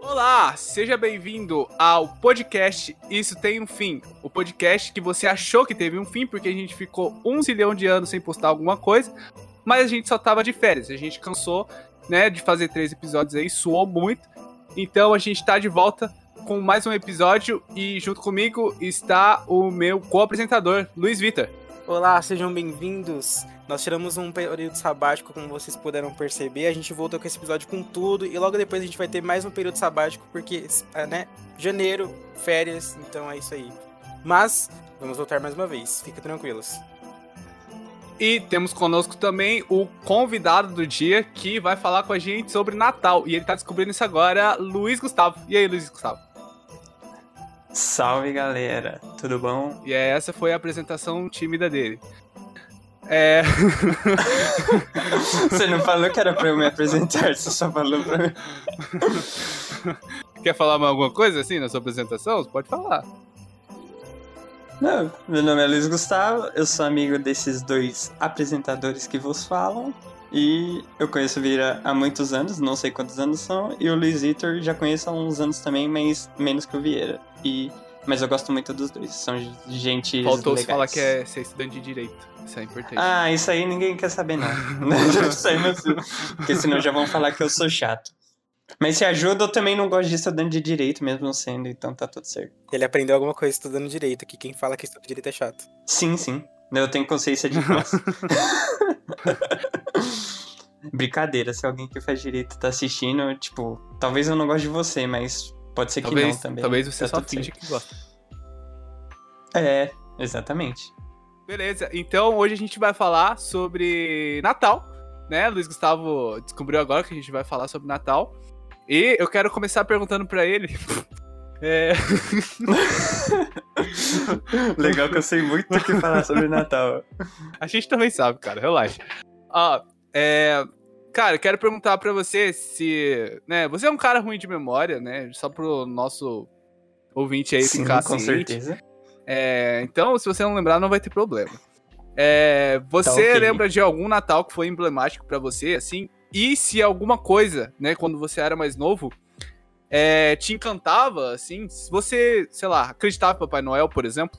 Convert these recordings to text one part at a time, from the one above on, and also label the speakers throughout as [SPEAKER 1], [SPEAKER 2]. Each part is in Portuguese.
[SPEAKER 1] Olá, seja bem-vindo ao podcast Isso Tem Um Fim. O podcast que você achou que teve um fim, porque a gente ficou um zilhão de anos sem postar alguma coisa, mas a gente só tava de férias. A gente cansou, né, de fazer três episódios aí, suou muito. Então a gente tá de volta com mais um episódio e junto comigo está o meu co-apresentador, Luiz Vitor.
[SPEAKER 2] Olá, sejam bem-vindos. Nós tiramos um período sabático, como vocês puderam perceber. A gente voltou com esse episódio com tudo e logo depois a gente vai ter mais um período sabático porque, né, janeiro, férias, então é isso aí. Mas vamos voltar mais uma vez. Fica tranquilos.
[SPEAKER 1] E temos conosco também o convidado do dia que vai falar com a gente sobre Natal. E ele tá descobrindo isso agora, Luiz Gustavo. E aí, Luiz Gustavo?
[SPEAKER 3] Salve galera, tudo bom?
[SPEAKER 1] E é, essa foi a apresentação tímida dele. É.
[SPEAKER 3] Você não falou que era pra eu me apresentar, você só falou pra mim.
[SPEAKER 1] Quer falar mais alguma coisa assim na sua apresentação? Você pode falar.
[SPEAKER 3] Não, meu nome é Luiz Gustavo, eu sou amigo desses dois apresentadores que vos falam. E eu conheço o Vira há muitos anos, não sei quantos anos são, e o Luiz Vitor já conheço há uns anos também, mas menos que o Vieira. E, mas eu gosto muito dos dois, são gente.
[SPEAKER 1] Faltou
[SPEAKER 3] legais.
[SPEAKER 1] se falar que é ser estudante de direito. Isso é importante.
[SPEAKER 3] Ah, isso aí ninguém quer saber, não. isso aí, mas, porque senão já vão falar que eu sou chato. Mas se ajuda, eu também não gosto de estudante de direito, mesmo não sendo, então tá tudo certo.
[SPEAKER 2] Ele aprendeu alguma coisa estudando direito, que quem fala que estuda direito é chato.
[SPEAKER 3] Sim, sim. Eu tenho consciência de classe. Brincadeira, se alguém que faz direito tá assistindo, tipo, talvez eu não goste de você, mas pode ser que
[SPEAKER 1] talvez,
[SPEAKER 3] não também.
[SPEAKER 1] talvez você
[SPEAKER 3] Tá
[SPEAKER 1] só
[SPEAKER 3] tudo
[SPEAKER 1] finge
[SPEAKER 3] certo.
[SPEAKER 1] que gosta.
[SPEAKER 3] É, exatamente.
[SPEAKER 1] Beleza, então hoje a gente vai falar sobre Natal, né? Luiz Gustavo descobriu agora que a gente vai falar sobre Natal. E eu quero começar perguntando pra ele. É,
[SPEAKER 3] Legal que eu sei muito o que falar sobre Natal.
[SPEAKER 1] a gente também sabe, cara, relaxa. Ó, é, cara, eu quero perguntar pra você se, né, você é um cara ruim de memória, né? Só pro nosso ouvinte aí
[SPEAKER 3] Sim,
[SPEAKER 1] ficar
[SPEAKER 3] com
[SPEAKER 1] ciente.
[SPEAKER 3] certeza.
[SPEAKER 1] É, então, se você não lembrar, não vai ter problema. É, você
[SPEAKER 3] Tá, ok.
[SPEAKER 1] lembra de algum Natal que foi emblemático pra você, assim? E se alguma coisa, né, quando você era mais novo, é, te encantava, assim? Se você, sei lá, acreditava em Papai Noel, por exemplo?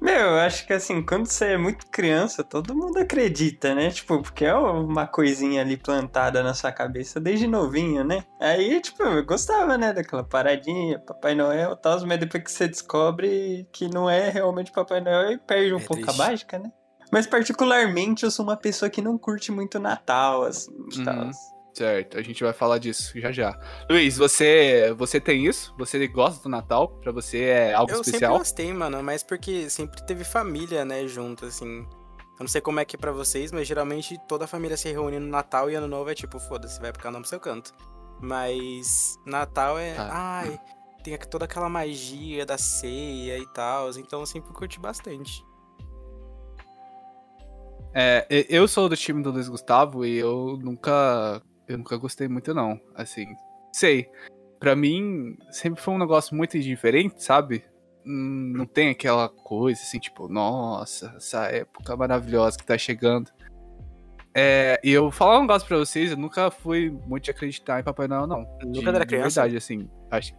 [SPEAKER 3] Meu, eu acho que assim, quando você é muito criança, todo mundo acredita, né? Tipo, porque é uma coisinha ali plantada na sua cabeça desde novinho, né? Aí, tipo, eu gostava, né? Daquela paradinha, Papai Noel e tal, mas depois que você descobre que não é realmente Papai Noel, aí perde
[SPEAKER 2] É
[SPEAKER 3] um pouco
[SPEAKER 2] triste.
[SPEAKER 3] a mágica, né? Mas particularmente eu sou uma pessoa que não curte muito Natal, assim, e
[SPEAKER 1] Uhum.
[SPEAKER 3] tal.
[SPEAKER 1] Certo, a gente vai falar disso já já. Luiz, você, você tem isso? Você gosta do Natal? Pra você é algo
[SPEAKER 2] Eu sempre
[SPEAKER 1] especial?
[SPEAKER 2] gostei, mano, mas porque sempre teve família, né, junto, assim. Eu não sei como é que é pra vocês, mas geralmente toda a família se reúne no Natal e Ano Novo é tipo, foda-se, vai pro cada um pro seu canto. Mas Natal é.
[SPEAKER 1] Tá.
[SPEAKER 2] Ai, tem aqu- toda aquela magia da ceia e tal, então eu sempre curti bastante.
[SPEAKER 1] É, e- eu sou do time do Luiz Gustavo e eu nunca. Eu nunca gostei muito, não. Assim, sei. Pra mim, sempre foi um negócio muito diferente, sabe? Hum, Não tem aquela coisa assim, tipo, nossa, essa época maravilhosa que tá chegando. É, e eu vou falar um negócio pra vocês, eu nunca fui muito de acreditar em Papai Noel, não.
[SPEAKER 2] Nunca
[SPEAKER 1] De-
[SPEAKER 2] era
[SPEAKER 1] de
[SPEAKER 2] criança?
[SPEAKER 1] verdade, assim. Acho...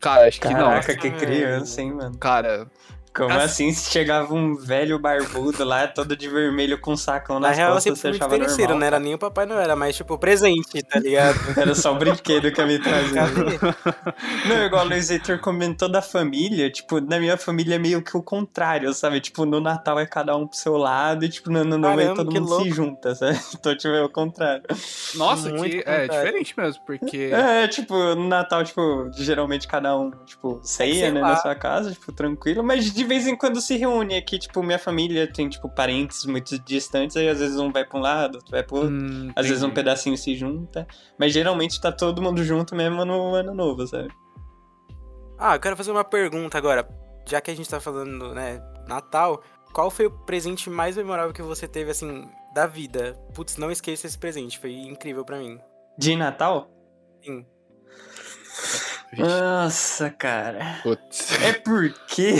[SPEAKER 1] Cara, acho que não.
[SPEAKER 3] Caraca, que
[SPEAKER 2] velho.
[SPEAKER 3] criança, hein, mano?
[SPEAKER 1] Cara,
[SPEAKER 3] Como
[SPEAKER 2] Assim-
[SPEAKER 3] assim? Se chegava um velho barbudo lá, todo de vermelho com um sacão
[SPEAKER 2] Na
[SPEAKER 3] nas
[SPEAKER 2] real, eu
[SPEAKER 3] costas,
[SPEAKER 2] sempre
[SPEAKER 3] você
[SPEAKER 2] fui muito
[SPEAKER 3] achava
[SPEAKER 2] interesseiro,
[SPEAKER 3] normal. tá?
[SPEAKER 2] não era nem o papai, não era, mas tipo, presente, tá ligado?
[SPEAKER 3] Era só o brinquedo que eu me trazia.
[SPEAKER 2] Cadê?
[SPEAKER 3] Não, igual o Luiz Heitor comentou da família, tipo, na minha família é meio que o contrário, sabe? Tipo, no Natal é cada um pro seu lado e, tipo, no ano novo é
[SPEAKER 2] Caramba,
[SPEAKER 3] todo
[SPEAKER 2] que
[SPEAKER 3] mundo
[SPEAKER 2] louco.
[SPEAKER 3] se junta, sabe? Então, tipo, é o contrário.
[SPEAKER 1] nossa,
[SPEAKER 2] Muito
[SPEAKER 1] que. É
[SPEAKER 2] contrário.
[SPEAKER 1] diferente mesmo, porque.
[SPEAKER 3] É, tipo, no Natal, tipo, geralmente cada um, tipo, ceia,
[SPEAKER 2] É sei
[SPEAKER 3] né,
[SPEAKER 2] lá.
[SPEAKER 3] na sua casa, tipo, tranquilo, mas de vez em quando se reúne aqui, tipo, minha família tem, tipo, parentes muito distantes, aí às vezes um vai pra um lado, outro vai pro outro.
[SPEAKER 1] Hum,
[SPEAKER 3] Às vezes um
[SPEAKER 1] entendi.
[SPEAKER 3] pedacinho se junta, mas geralmente tá todo mundo junto mesmo no ano novo, sabe?
[SPEAKER 2] Ah, eu quero fazer uma pergunta agora. Já que a gente tá falando, né, Natal, qual foi o presente mais memorável que você teve, assim, da vida? Putz, não esqueça esse presente, foi incrível pra mim.
[SPEAKER 3] De Natal?
[SPEAKER 2] Sim.
[SPEAKER 1] Vixe,
[SPEAKER 3] Nossa, cara.
[SPEAKER 1] putz.
[SPEAKER 3] É porque.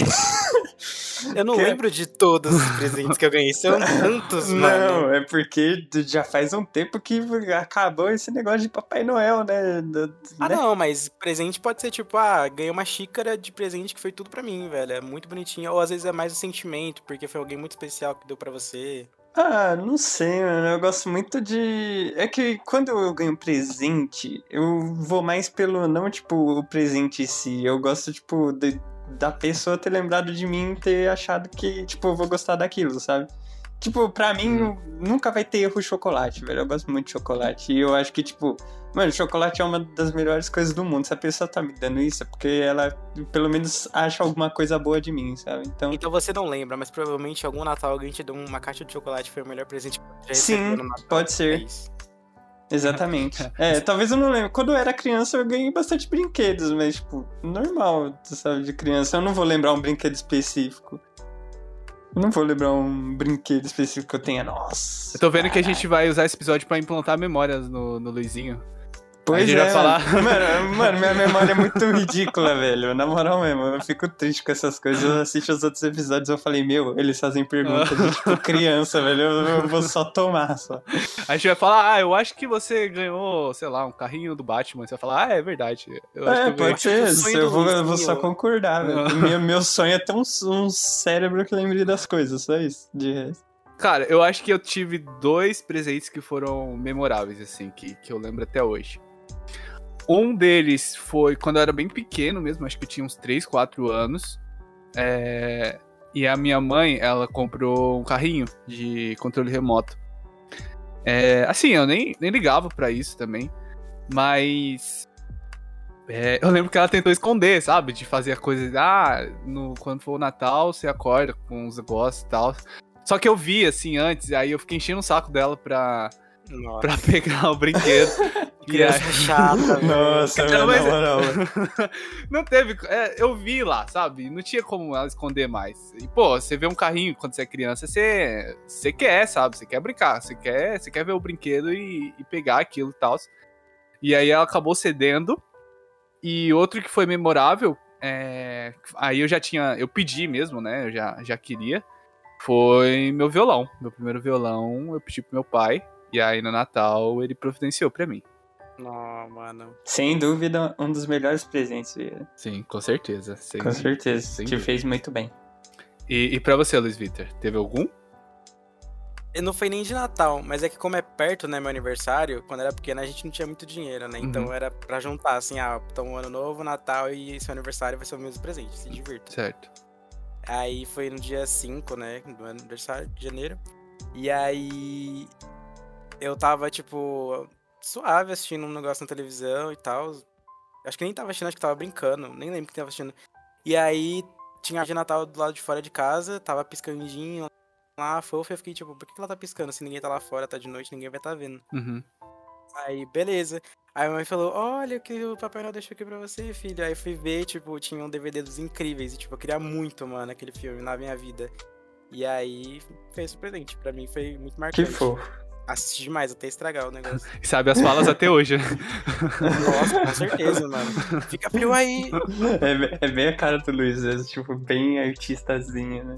[SPEAKER 2] Eu não
[SPEAKER 3] Que-
[SPEAKER 2] lembro de todos os presentes que eu ganhei. São tantos, mano.
[SPEAKER 3] Não, é porque já faz um tempo que acabou esse negócio de Papai Noel, né? Do-
[SPEAKER 2] Ah,
[SPEAKER 3] né?
[SPEAKER 2] não, mas presente pode ser tipo, ah, ganhei uma xícara de presente que foi tudo pra mim, velho. É muito bonitinho. Ou às vezes é mais o sentimento, porque foi alguém muito especial que deu pra você.
[SPEAKER 3] Ah, não sei, mano. Eu gosto muito de. É que quando eu ganho presente, eu vou mais pelo. Não, tipo, o presente em si. Eu gosto, tipo, de- da pessoa ter lembrado de mim e ter achado que, tipo, eu vou gostar daquilo, sabe? Tipo, pra mim, nunca vai ter erro chocolate, velho. Eu gosto muito de chocolate. E eu acho que, tipo. Mano, chocolate é uma das melhores coisas do mundo. Se a pessoa tá me dando isso, é porque ela, pelo menos, acha alguma coisa boa de mim, sabe? Então.
[SPEAKER 2] Então você não lembra, mas provavelmente algum Natal alguém te deu uma caixa de chocolate, foi o melhor presente que você já
[SPEAKER 3] Sim,
[SPEAKER 2] recebeu no Natal.
[SPEAKER 3] pode ser.
[SPEAKER 2] É isso.
[SPEAKER 3] Exatamente. É, talvez eu não lembre. Quando eu era criança, eu ganhei bastante brinquedos, mas, tipo, normal, tu sabe, de criança. Eu não vou lembrar um brinquedo específico. Eu não vou lembrar um brinquedo específico que eu tenha. Nossa.
[SPEAKER 1] Eu tô vendo que a gente vai usar esse episódio pra implantar memórias no, no Luizinho.
[SPEAKER 3] Pois
[SPEAKER 1] a gente
[SPEAKER 3] é,
[SPEAKER 1] vai falar.
[SPEAKER 3] Mano. Mano, mano, minha memória é muito ridícula, velho. Na moral mesmo, eu fico triste com essas coisas. Eu assisto os outros episódios e eu falei, meu, eles fazem perguntas de, tipo, criança, velho. Eu, eu vou só tomar, só.
[SPEAKER 1] A gente vai falar, ah, eu acho que você ganhou, sei lá, um carrinho do Batman. Você vai falar, ah, é verdade. Eu acho
[SPEAKER 3] É,
[SPEAKER 1] que eu ganhei. um
[SPEAKER 3] pode ser.
[SPEAKER 2] sonho
[SPEAKER 3] Eu
[SPEAKER 2] do
[SPEAKER 3] vou,
[SPEAKER 2] Luiz
[SPEAKER 3] eu vou só
[SPEAKER 2] Camilo.
[SPEAKER 3] concordar, velho. Meu, meu sonho é ter um, um cérebro que lembre das coisas, só isso. De resto.
[SPEAKER 1] Cara, eu acho que eu tive dois presentes que foram memoráveis, assim, que, que eu lembro até hoje. Um deles foi quando eu era bem pequeno mesmo, acho que eu tinha uns 3, 4 anos. É, E a minha mãe, ela comprou um carrinho de controle remoto. É, Assim, eu nem, nem ligava pra isso também, mas. é, eu lembro que ela tentou esconder, sabe? De fazer a coisa. Ah, no, quando for o Natal, você acorda com os negócios e tal. Só que eu vi, assim, antes, aí eu fiquei enchendo o saco dela pra,
[SPEAKER 2] Nossa,
[SPEAKER 1] pra pegar o brinquedo. e aí,
[SPEAKER 2] criança chata,
[SPEAKER 3] Então,
[SPEAKER 2] velho.
[SPEAKER 3] Nossa,
[SPEAKER 1] Cara,
[SPEAKER 3] velho,
[SPEAKER 1] mas-
[SPEAKER 3] na moral.
[SPEAKER 1] não teve. é, eu vi lá, sabe? Não tinha como ela esconder mais. E, pô, você vê um carrinho quando você é criança, você, você quer, sabe? Você quer brincar, você quer, você quer ver o brinquedo e, e pegar aquilo e tal. E aí ela acabou cedendo. E outro que foi memorável, é, aí eu já tinha. Eu pedi mesmo, né? Eu já, já queria. Foi meu violão. Meu primeiro violão eu pedi pro meu pai. E aí no Natal ele providenciou pra mim.
[SPEAKER 2] Não, mano.
[SPEAKER 3] Sem dúvida, um dos melhores presentes, Vieira.
[SPEAKER 1] Sim, com certeza.
[SPEAKER 3] Com certeza.
[SPEAKER 1] sem
[SPEAKER 3] Te
[SPEAKER 1] dúvida.
[SPEAKER 3] fez muito bem.
[SPEAKER 1] E, e pra você, Luiz Vitor, teve algum?
[SPEAKER 2] E Não foi nem de Natal, mas é que como é perto, né, meu aniversário, quando era pequena a gente não tinha muito dinheiro, né? Então
[SPEAKER 1] Uhum.
[SPEAKER 2] era pra juntar, assim, ah, então ano novo, Natal e seu aniversário vai ser o mesmo presente, se divirta.
[SPEAKER 1] Certo.
[SPEAKER 2] Aí foi no dia 5, né? Do meu aniversário de janeiro. E aí. Eu tava, tipo, suave assistindo um negócio na televisão e tal. Acho que nem tava assistindo, acho que tava brincando. Nem lembro que tava assistindo. E aí tinha a árvore de Natal do lado de fora de casa, tava piscandinho lá, fofa. Eu fiquei tipo, por que que ela tá piscando? Se ninguém tá lá fora, tá de noite, ninguém vai tá vendo.
[SPEAKER 1] Uhum.
[SPEAKER 2] Aí, beleza. Aí a mãe falou, olha o que o Papai Noel deixou aqui pra você, filho. Aí fui ver, tipo, tinha um DVD dos Incríveis. E, tipo, eu queria muito, mano, aquele filme na minha vida. E aí, fez o presente. Pra mim foi muito
[SPEAKER 3] Que
[SPEAKER 2] marcante.
[SPEAKER 3] fofo.
[SPEAKER 2] Assisti demais, até estragar o negócio.
[SPEAKER 1] E sabe as falas até hoje, né?
[SPEAKER 2] Nossa, com certeza, mano. Fica frio aí.
[SPEAKER 3] É, be- é bem a cara do Luiz, é, tipo, bem artistazinho, né?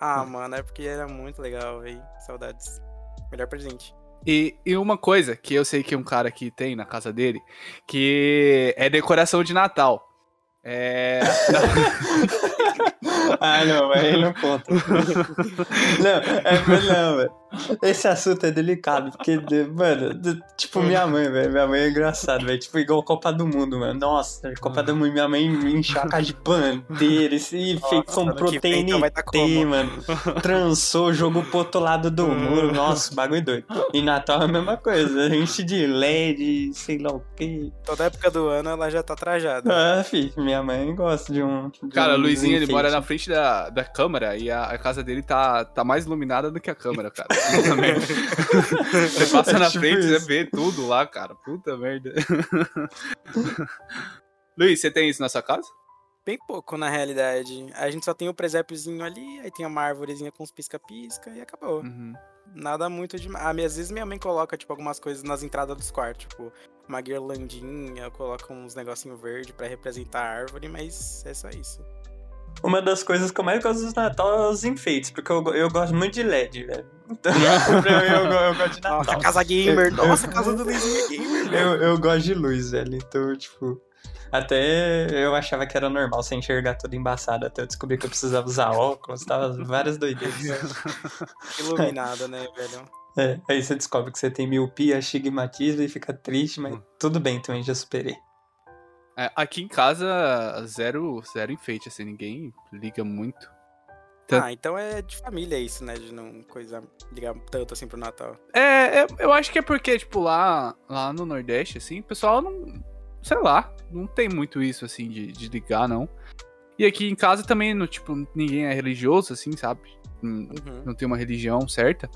[SPEAKER 2] Ah, mano, é porque era muito legal, velho. Saudades. Melhor presente.
[SPEAKER 1] E, e uma coisa que eu sei que um cara aqui tem na casa dele, que é decoração de Natal. É.
[SPEAKER 3] Ah, não, mas ele não conta. Não, é, mas não, velho. Esse assunto é delicado, porque, de- mano, de- tipo, minha mãe, velho. Minha mãe é engraçada, velho. Tipo, igual Copa do Mundo, mano. Nossa, Copa do Mundo, minha mãe encheu a casa de bandeira, se fez,
[SPEAKER 2] Nossa, ano
[SPEAKER 3] comprou
[SPEAKER 2] que vem,
[SPEAKER 3] TNT,
[SPEAKER 2] então vai tá como? Hum.
[SPEAKER 3] mano. Trançou, jogou pro outro lado do muro. Nossa, bagulho doido. E Natal é a mesma coisa. Enche de LED, sei lá o quê.
[SPEAKER 2] Toda época do ano ela já tá trajada.
[SPEAKER 3] Ah, fi, minha mãe gosta de um. de
[SPEAKER 1] Cara,
[SPEAKER 3] um
[SPEAKER 1] Luizinho, ele
[SPEAKER 3] enfeite.
[SPEAKER 1] mora na frente da, da câmera e a, a casa dele tá, tá mais iluminada do que a câmera, cara. Puta merda. Você passa
[SPEAKER 3] É
[SPEAKER 1] na
[SPEAKER 3] tipo
[SPEAKER 1] frente,
[SPEAKER 3] isso.
[SPEAKER 1] você vê tudo lá, cara. Puta merda. Luiz, você tem isso na sua casa?
[SPEAKER 2] Bem pouco, na realidade. A gente só tem o presépiozinho ali, aí tem uma árvorezinha com uns pisca-pisca e acabou.
[SPEAKER 1] Uhum.
[SPEAKER 2] Nada muito demais. Ah, Às vezes minha mãe coloca, tipo, algumas coisas nas entradas dos quartos, tipo, uma guirlandinha, coloca uns negocinho verde pra representar a árvore, mas é só isso.
[SPEAKER 3] uma das coisas que eu mais gosto do Natal é os enfeites, porque eu, go- eu gosto muito de LED, velho. Então, pra mim, eu, go- eu gosto de Natal.
[SPEAKER 2] Nossa, casa gamer. Nossa, casa do Luizinho é gamer.
[SPEAKER 3] Eu, eu gosto de luz, velho. Então, tipo. Até eu achava que era normal você enxergar tudo embaçado, até eu descobri que eu precisava usar óculos, tava várias doideiras.
[SPEAKER 2] Iluminado, né, velho?
[SPEAKER 3] É, aí você descobre que você tem miopia, astigmatismo e fica triste, mas tudo bem também, já superei.
[SPEAKER 1] É, aqui em casa, zero, zero enfeite, assim, ninguém liga muito. Tá.
[SPEAKER 2] Ah, então é de família isso, né? De não coisa ligar tanto assim pro Natal.
[SPEAKER 1] É, é, eu acho que é porque, tipo, lá, lá no Nordeste, assim, o pessoal não. Sei lá, não tem muito isso, assim, de, de ligar, não. E aqui em casa também, no, tipo, ninguém é religioso, assim, sabe? Hum,
[SPEAKER 2] Uhum.
[SPEAKER 1] não tem uma religião certa.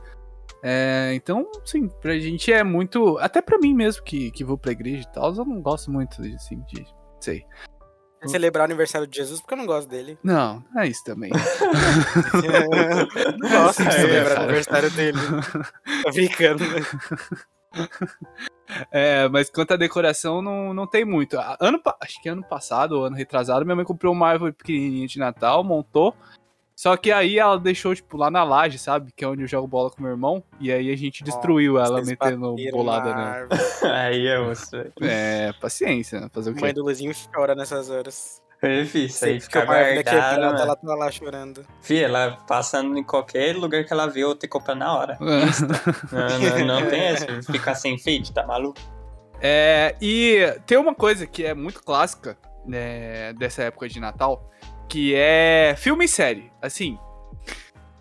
[SPEAKER 1] É, então, sim, pra gente é muito. Até pra mim mesmo, que, que vou pra igreja e tal, eu não gosto muito, assim, de. Sei.
[SPEAKER 2] É Celebrar o aniversário de Jesus porque eu não gosto dele.
[SPEAKER 1] Não, não é isso também.
[SPEAKER 2] não gosto de
[SPEAKER 3] Aí,
[SPEAKER 2] celebrar o
[SPEAKER 3] cara.
[SPEAKER 2] aniversário dele. Tô brincando. né?
[SPEAKER 1] É, mas quanto à decoração, não, não tem muito. A- Ano, pa- acho que ano passado, ou ano retrasado, minha mãe comprou uma árvore pequenininha de Natal, montou. Só que aí ela deixou, tipo, lá na laje, sabe? Que é onde eu jogo bola com meu irmão. E aí a gente destruiu ela
[SPEAKER 2] Vocês
[SPEAKER 1] metendo
[SPEAKER 2] bateram
[SPEAKER 1] bolada
[SPEAKER 2] na
[SPEAKER 1] nela.
[SPEAKER 2] árvore.
[SPEAKER 3] aí é osso, velho.
[SPEAKER 1] É, paciência, né? fazer o quê?
[SPEAKER 2] Mãe do Luizinho chora nessas horas.
[SPEAKER 3] É difícil,
[SPEAKER 2] Sei
[SPEAKER 3] aí
[SPEAKER 2] que
[SPEAKER 3] fica
[SPEAKER 2] uma árvore
[SPEAKER 3] guardado,
[SPEAKER 2] quebrada,
[SPEAKER 3] mano.
[SPEAKER 2] ela tá lá chorando.
[SPEAKER 3] Fih, ela passando em qualquer lugar que ela vê, eu tenho que comprar na hora. Não, não, não tem essa, ficar sem feed, tá maluco?
[SPEAKER 1] É, e tem uma coisa que é muito clássica né, dessa época de Natal, que é filme e série. Assim,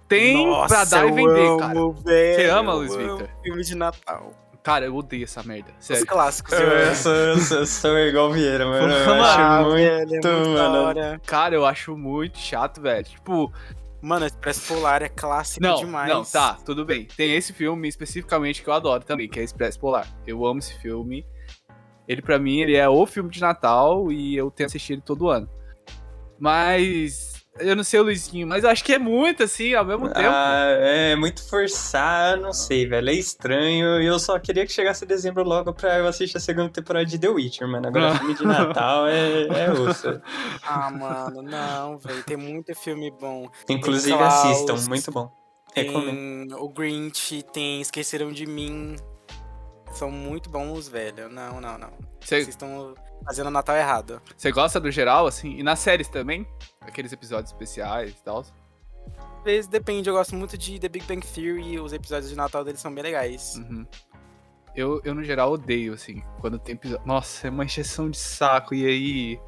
[SPEAKER 1] tem
[SPEAKER 2] Nossa,
[SPEAKER 1] pra dar e
[SPEAKER 2] eu
[SPEAKER 1] vender,
[SPEAKER 2] amo,
[SPEAKER 1] cara.
[SPEAKER 2] velho,
[SPEAKER 1] Você ama, Luiz
[SPEAKER 2] eu amo
[SPEAKER 1] Victor?
[SPEAKER 2] Filme de Natal.
[SPEAKER 1] Cara, eu odeio essa merda,
[SPEAKER 2] Os
[SPEAKER 1] sério. É,
[SPEAKER 2] clássicos.
[SPEAKER 3] Eu,
[SPEAKER 2] amo.
[SPEAKER 3] sou, eu sou- eu sou igual o Vieira, mano. Eu
[SPEAKER 1] Mano,
[SPEAKER 3] acho muito.
[SPEAKER 2] velho, é muito da
[SPEAKER 3] mano.
[SPEAKER 2] hora.
[SPEAKER 1] Cara, eu acho muito chato, velho. Tipo,
[SPEAKER 2] Mano, Expresso Polar é clássico
[SPEAKER 1] não,
[SPEAKER 2] demais.
[SPEAKER 1] não, tá, tudo bem. Tem esse filme especificamente que eu adoro também, que é Expresso Polar. Eu amo esse filme. Ele, pra mim, ele é o filme de Natal e eu tenho assistido ele todo ano. Mas, eu não sei, Luizinho, mas eu acho que é muito, assim, ao
[SPEAKER 2] um
[SPEAKER 1] mesmo tempo.
[SPEAKER 3] Ah, é muito forçar, não sei, velho. É estranho. E eu só queria que chegasse dezembro logo pra eu assistir a segunda temporada de The Witcher, mano. Agora
[SPEAKER 1] Ah.
[SPEAKER 3] filme de Natal é, é osso.
[SPEAKER 2] Ah, mano, não, velho. Tem muito filme bom.
[SPEAKER 3] Inclusive,
[SPEAKER 2] Klaus.
[SPEAKER 3] assistam, muito bom. Recomendo.
[SPEAKER 2] Tem o Grinch, tem Esqueceram de Mim. São muito bons, velho. Não, não, não. Vocês
[SPEAKER 1] Você
[SPEAKER 2] estão fazendo o Natal errado.
[SPEAKER 1] você gosta do geral, assim? E nas séries também? Aqueles episódios especiais e tal?
[SPEAKER 2] Às vezes depende, eu gosto muito de The Big Bang Theory. Os episódios de Natal deles são bem legais.
[SPEAKER 1] Uhum. Eu, eu, no geral, odeio, assim, quando tem episódio. Nossa, é uma encheção de saco. E aí.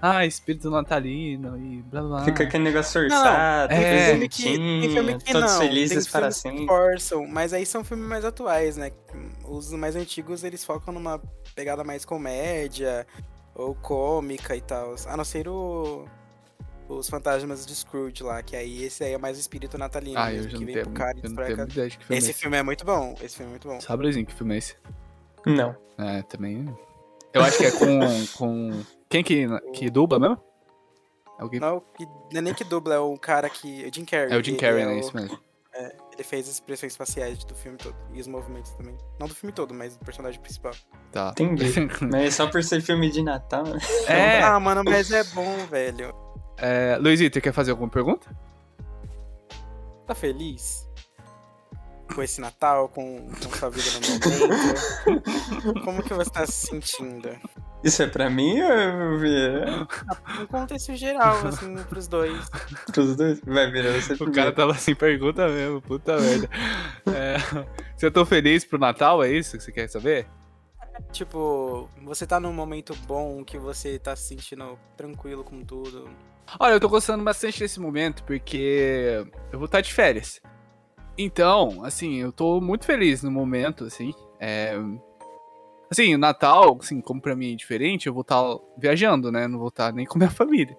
[SPEAKER 1] Ah, espírito natalino e blá blá.
[SPEAKER 3] Fica aquele negócio forçado,
[SPEAKER 1] Não, é.
[SPEAKER 3] é,
[SPEAKER 2] Tem filme que, tem filme que
[SPEAKER 3] todos
[SPEAKER 2] não.
[SPEAKER 3] felizes
[SPEAKER 2] tem
[SPEAKER 3] para
[SPEAKER 2] filmes que
[SPEAKER 3] sempre.
[SPEAKER 2] forçam, mas aí são filmes mais atuais, né? Os mais antigos eles focam numa pegada mais comédia ou cômica e tal. A não ser o os fantasmas de Scrooge lá, que aí esse aí é mais o espírito natalino
[SPEAKER 1] Ah, eu
[SPEAKER 2] mesmo,
[SPEAKER 1] já
[SPEAKER 2] que
[SPEAKER 1] não
[SPEAKER 2] vem
[SPEAKER 1] tenho,
[SPEAKER 2] pro cara e
[SPEAKER 1] eu não tenho
[SPEAKER 2] esfrega.
[SPEAKER 1] ideia de que filme é
[SPEAKER 2] Esse
[SPEAKER 1] esse.
[SPEAKER 2] filme é muito bom, esse filme é muito bom.
[SPEAKER 1] Sabe, Luizinho, que filme é esse?
[SPEAKER 3] Não.
[SPEAKER 1] É, também. Eu acho que é com. com... Quem que, que dubla mesmo? Alguém...
[SPEAKER 2] Não, que- não é nem que dubla, é o cara que. É o Jim Carrey.
[SPEAKER 1] É o Jim
[SPEAKER 2] ele-
[SPEAKER 1] Carrey,
[SPEAKER 2] ele é
[SPEAKER 1] né?
[SPEAKER 2] o-
[SPEAKER 1] Isso mesmo.
[SPEAKER 2] Ele fez as expressões faciais do filme todo. E os movimentos também. Não do filme todo, mas do personagem principal.
[SPEAKER 1] Tá.
[SPEAKER 3] Entendi. Mas só por ser filme de Natal, né?
[SPEAKER 1] é,
[SPEAKER 2] Ah, mano, mas é bom, velho.
[SPEAKER 1] é. Luizito, quer fazer alguma pergunta?
[SPEAKER 2] Tá feliz? Com esse Natal, com, com sua vida no momento? Como que você tá se sentindo?
[SPEAKER 3] Isso é pra mim ou Vieira?
[SPEAKER 2] Um contexto geral, assim, pros dois.
[SPEAKER 3] Pros dois? Vai, Vieira, você
[SPEAKER 1] O
[SPEAKER 3] primeiro.
[SPEAKER 1] cara tava sem pergunta mesmo, puta merda. É, se eu tô feliz pro Natal, é isso que você quer saber?
[SPEAKER 2] Tipo, você tá num momento bom que você tá se sentindo tranquilo com tudo.
[SPEAKER 1] Olha, eu tô gostando bastante desse momento porque eu vou estar de férias. Então, assim, eu tô muito feliz no momento, assim. É... Assim, o Natal, assim, como pra mim é diferente, eu vou estar viajando, né? Não vou estar nem com minha família.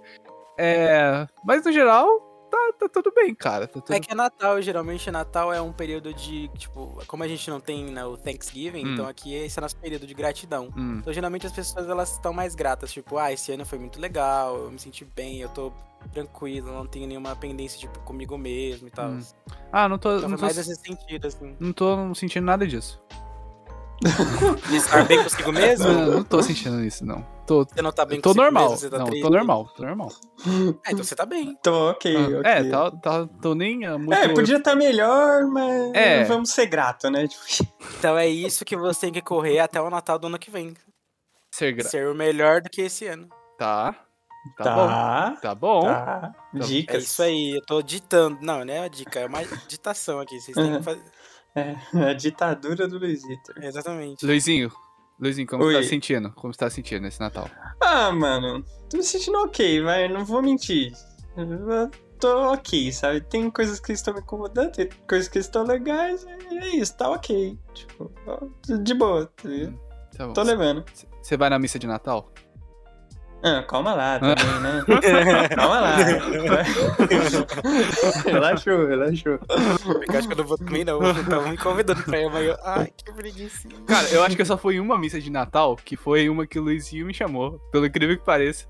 [SPEAKER 1] É... Mas no geral, tá, tá tudo bem, cara. Tá tudo...
[SPEAKER 2] É que é Natal, geralmente Natal é um período de, tipo, como a gente não tem né, o Thanksgiving,
[SPEAKER 1] Hum.
[SPEAKER 2] então aqui esse é nosso período de gratidão.
[SPEAKER 1] Hum,
[SPEAKER 2] Então, geralmente as pessoas elas estão mais gratas, tipo, ah, esse ano foi muito legal, eu me senti bem, eu tô tranquilo, não tenho nenhuma pendência tipo, comigo mesmo e tal.
[SPEAKER 1] Hum. Ah, não tô,
[SPEAKER 2] Então
[SPEAKER 1] não,
[SPEAKER 2] foi
[SPEAKER 1] tô,
[SPEAKER 2] mais nesse sentido, assim.
[SPEAKER 1] não tô sentindo nada disso.
[SPEAKER 2] De estar bem consigo mesmo?
[SPEAKER 1] Não, não tô sentindo isso, não. Tô,
[SPEAKER 2] Você não tá bem
[SPEAKER 1] eu tô
[SPEAKER 2] consigo
[SPEAKER 1] normal.
[SPEAKER 2] mesmo? Você tá
[SPEAKER 1] não,
[SPEAKER 2] triste?
[SPEAKER 1] tô normal, tô normal.
[SPEAKER 2] Ah, então você tá bem.
[SPEAKER 3] Tô ok, ok.
[SPEAKER 1] É, tá, tá, tô nem ah, muito.
[SPEAKER 3] É, podia estar melhor, mas
[SPEAKER 1] É.
[SPEAKER 3] vamos ser grato, né? Tipo,
[SPEAKER 2] Então é isso que você tem que correr até o Natal do ano que vem.
[SPEAKER 1] ser gra...
[SPEAKER 2] Ser o melhor do que esse ano. É
[SPEAKER 1] Tá. Tá, bom.
[SPEAKER 3] tá,
[SPEAKER 1] Tá bom. Então,
[SPEAKER 3] tá.
[SPEAKER 2] É
[SPEAKER 3] Dicas.
[SPEAKER 2] isso aí, eu tô ditando. Não, não é uma dica, é uma ditação aqui. Vocês têm que fazer.
[SPEAKER 3] É, a ditadura do Luizito.
[SPEAKER 2] Exatamente.
[SPEAKER 1] Luizinho. Luizinho, como
[SPEAKER 3] Oi.
[SPEAKER 1] você tá sentindo? Como você tá sentindo esse Natal?
[SPEAKER 3] Ah, mano, tô me sentindo ok, vai, não vou mentir. Eu tô ok, sabe? Tem coisas que estão me incomodando, tem coisas que estão legais, e é isso, tá ok. Tipo, ó, de boa, tá ligado?
[SPEAKER 1] Tá bom.
[SPEAKER 3] Tô levando.
[SPEAKER 1] Você vai na missa de Natal?
[SPEAKER 3] Ah, calma lá também, né? calma lá. relaxou, relaxou.
[SPEAKER 2] Porque eu acho que eu não vou também, não. Então me convidando pra ir amanhã. Ai, que preguiça.
[SPEAKER 1] Cara, eu acho que eu só fui em uma missa de Natal, que foi uma que o Luizinho me chamou, pelo incrível que pareça.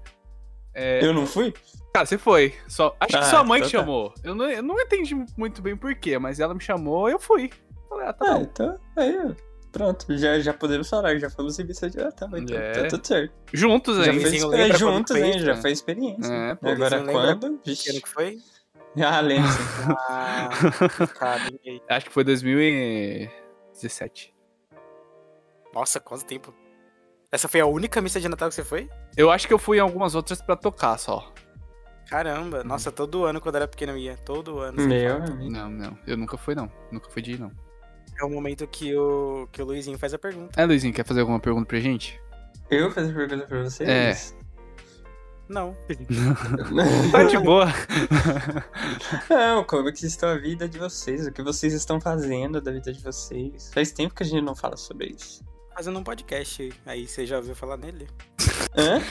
[SPEAKER 3] Eu não fui?
[SPEAKER 1] Cara, você foi. Só, acho
[SPEAKER 3] Ah,
[SPEAKER 1] que sua mãe
[SPEAKER 3] então
[SPEAKER 1] te
[SPEAKER 3] tá.
[SPEAKER 1] chamou. Eu, não, eu não entendi muito bem porquê, mas ela me chamou eu fui. Falei, ah, tá
[SPEAKER 3] Ah,
[SPEAKER 1] bom.
[SPEAKER 3] então, aí, ó, pronto. Já, já podemos falar, já fomos em vista de Natal, então
[SPEAKER 1] É.
[SPEAKER 3] tá tudo certo.
[SPEAKER 1] Juntos
[SPEAKER 3] Já
[SPEAKER 1] ainda.
[SPEAKER 3] fez
[SPEAKER 2] Luizinho lembra
[SPEAKER 3] experiência
[SPEAKER 2] quando
[SPEAKER 3] juntos,
[SPEAKER 2] fez,
[SPEAKER 3] hein? Já
[SPEAKER 1] né?
[SPEAKER 3] foi experiência.
[SPEAKER 1] É, pô.
[SPEAKER 3] Agora
[SPEAKER 2] Luizinho lembra
[SPEAKER 3] quando?
[SPEAKER 2] Que ano
[SPEAKER 3] Vixe.
[SPEAKER 2] que foi?
[SPEAKER 3] Ah, lembro.
[SPEAKER 2] Ah, cara, ninguém.
[SPEAKER 1] Acho que foi 2017.
[SPEAKER 2] Nossa, quanto tempo. Essa foi a única missa de Natal que você foi?
[SPEAKER 1] Eu acho que eu fui em algumas outras pra tocar só.
[SPEAKER 2] Caramba, nossa, todo ano quando eu era pequeno eu ia, todo ano. sem
[SPEAKER 3] Meu
[SPEAKER 2] falta.
[SPEAKER 3] amigo.
[SPEAKER 1] Não, não. Eu nunca fui, não. Nunca fui de ir, não.
[SPEAKER 2] É o momento que o, que o Luizinho faz a pergunta.
[SPEAKER 1] É, Luizinho, quer fazer alguma pergunta pra gente?
[SPEAKER 3] Eu fazer pergunta pra vocês?
[SPEAKER 2] Não.
[SPEAKER 1] Tá de boa.
[SPEAKER 3] Não, como é que está a vida de vocês? O que vocês estão fazendo da vida de vocês? Faz tempo que a gente não fala sobre isso.
[SPEAKER 2] Fazendo um podcast aí, você já ouviu falar nele?
[SPEAKER 3] Hã?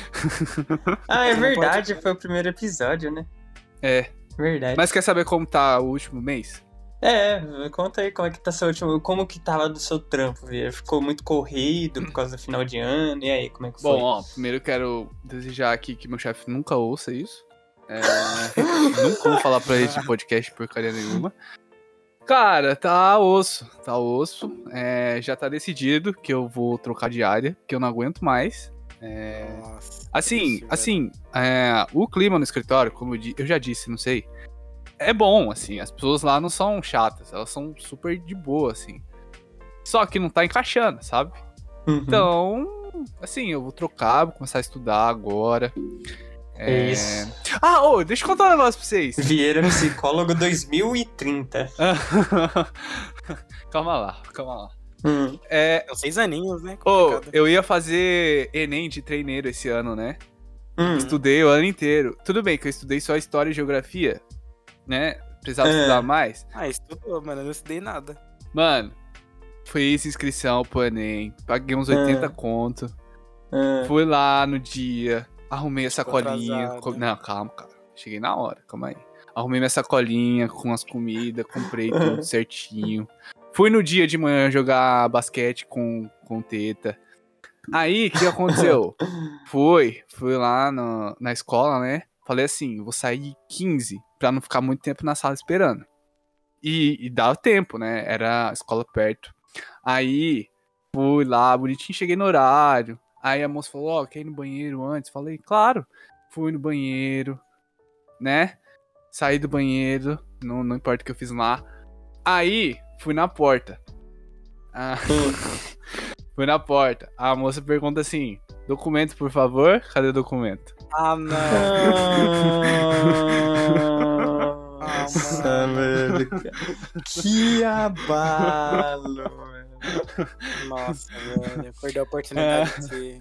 [SPEAKER 3] Ah, é
[SPEAKER 2] Você não pode-
[SPEAKER 3] verdade, foi o primeiro episódio, né?
[SPEAKER 1] É.
[SPEAKER 3] Verdade.
[SPEAKER 1] Mas quer saber como tá o último mês?
[SPEAKER 3] É, conta aí como é que tá seu último. Como que tava do seu trampo, Vieira? Ficou muito corrido por causa do final de ano. E aí, como é que foi?
[SPEAKER 1] Bom, ó, primeiro eu quero desejar aqui que meu chefe nunca ouça isso. É, nunca vou falar pra ele de podcast porcaria nenhuma. Cara, tá osso, tá osso. É, já tá decidido que eu vou trocar de área, que eu não aguento mais. É,
[SPEAKER 2] Nossa.
[SPEAKER 1] Assim,
[SPEAKER 2] isso,
[SPEAKER 1] assim, é, o clima no escritório, como eu, di- eu já disse, não sei, é bom, assim, as pessoas lá não são chatas, elas são super de boa, assim. Só que não tá encaixando, sabe?
[SPEAKER 3] Uhum.
[SPEAKER 1] Então, assim, eu vou trocar, vou começar a estudar agora.
[SPEAKER 3] é isso.
[SPEAKER 1] Ah, ô, deixa eu contar um negócio pra vocês.
[SPEAKER 3] Vieira Psicólogo 2030.
[SPEAKER 1] calma lá, calma lá.
[SPEAKER 3] Hum.
[SPEAKER 1] É,
[SPEAKER 2] velho. São seis aninhos, né?
[SPEAKER 1] ô,
[SPEAKER 2] Complicado.
[SPEAKER 1] eu ia fazer Enem de treineiro esse ano, né?
[SPEAKER 3] Hum.
[SPEAKER 1] Estudei o ano inteiro. Tudo bem que eu estudei só história e geografia, né? Precisava
[SPEAKER 3] É.
[SPEAKER 1] estudar mais.
[SPEAKER 2] Ah, estudou, mano, eu não estudei nada.
[SPEAKER 1] Mano, fiz inscrição pro Enem, paguei uns 80
[SPEAKER 3] É.
[SPEAKER 1] conto.
[SPEAKER 3] Ah.
[SPEAKER 1] Fui lá no dia, arrumei a
[SPEAKER 2] Ficou
[SPEAKER 1] sacolinha.
[SPEAKER 2] atrasado.
[SPEAKER 1] co- Não, calma, cara. Cheguei na hora, calma aí. Arrumei minha sacolinha com as comidas, comprei tudo certinho. Fui no dia de manhã jogar basquete com, com teta. Aí, o que aconteceu? fui, fui lá no- na escola, né? Falei assim, vou sair 15 pra não ficar muito tempo na sala esperando. E, e dava tempo, né? Era a escola perto. Aí, fui lá, bonitinho, cheguei no horário. Aí a moça falou, ó, quer ir no banheiro antes? Falei, claro. Fui no banheiro, né? Saí do banheiro, não, não importa o que eu fiz lá. Aí, fui na porta. Ah,
[SPEAKER 3] hum.
[SPEAKER 1] fui na porta. A moça pergunta assim, documento, por favor? Cadê o documento?
[SPEAKER 2] Ah, não.
[SPEAKER 1] Ah,
[SPEAKER 3] Nossa,
[SPEAKER 2] mano.
[SPEAKER 3] velho. Que abalo, mano.
[SPEAKER 2] Nossa, velho. Perdeu a oportunidade de.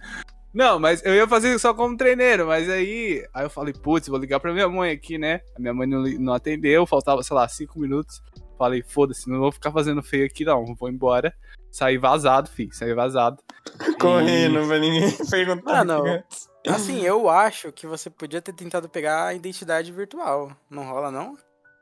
[SPEAKER 1] Não, mas eu ia fazer só como treineiro, mas aí. Aí eu falei, putz, vou ligar pra minha mãe aqui, né? A minha mãe não, li- não atendeu, faltava, sei lá, cinco minutos. Falei, foda-se, não vou ficar fazendo feio aqui, não. Vou embora. Saí vazado, fi, saí vazado.
[SPEAKER 3] Correndo pra ninguém perguntar.
[SPEAKER 2] Ah, não. Assim, eu acho que você podia ter tentado pegar a identidade virtual. Não rola, não?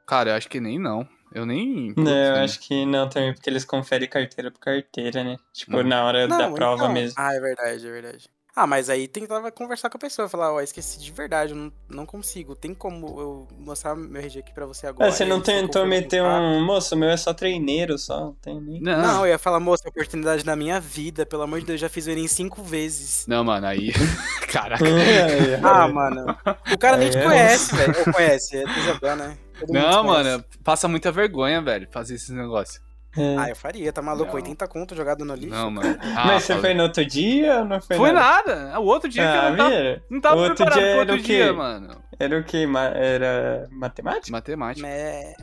[SPEAKER 1] Cara, eu acho que nem não. Eu nem. putz,
[SPEAKER 3] Não, eu
[SPEAKER 1] né?
[SPEAKER 3] acho que não também, porque eles conferem carteira por carteira, né? Tipo,
[SPEAKER 1] Hum.
[SPEAKER 3] na hora da
[SPEAKER 2] Não,
[SPEAKER 3] prova
[SPEAKER 2] então-
[SPEAKER 3] mesmo.
[SPEAKER 2] Ah, é verdade, é verdade. Ah, mas aí tentava conversar com a pessoa, falar, ó, esqueci de verdade, eu não, não consigo. Tem como eu mostrar meu RG aqui pra você agora?
[SPEAKER 3] Ah, você não tentou meter um. Moço, o meu é só treineiro, só. Não tem nem.
[SPEAKER 1] Não,
[SPEAKER 2] Não,
[SPEAKER 1] não,
[SPEAKER 2] eu ia falar, moça, é oportunidade da minha vida, pelo amor de Deus, já fiz o Enem cinco vezes.
[SPEAKER 1] mano, aí. Caraca.
[SPEAKER 3] Ai,
[SPEAKER 2] Ah,
[SPEAKER 3] ai.
[SPEAKER 2] mano, o cara nem te
[SPEAKER 3] É.
[SPEAKER 2] conhece, velho. Ou conhece, é Isabel, né? Todo mundo
[SPEAKER 1] Não,
[SPEAKER 2] te conhece.
[SPEAKER 1] mano, passa muita vergonha, velho, fazer esses negócios.
[SPEAKER 3] É.
[SPEAKER 2] Ah, eu faria, tá maluco?
[SPEAKER 1] Não.
[SPEAKER 2] 80 conto jogado no lixo.
[SPEAKER 1] Não, mano. Ah,
[SPEAKER 3] Mas você
[SPEAKER 1] Paulo.
[SPEAKER 3] foi no outro dia ou não foi?
[SPEAKER 1] Foi
[SPEAKER 3] não?
[SPEAKER 1] nada. O outro dia que eu
[SPEAKER 3] Ah,
[SPEAKER 1] não tava,
[SPEAKER 3] mira.
[SPEAKER 1] não tava
[SPEAKER 3] O outro
[SPEAKER 1] preparado
[SPEAKER 3] dia
[SPEAKER 1] pro
[SPEAKER 3] era
[SPEAKER 1] outro
[SPEAKER 3] o quê?
[SPEAKER 1] dia, mano.
[SPEAKER 3] Era o que? Era matemática?
[SPEAKER 1] Matemática.
[SPEAKER 2] É,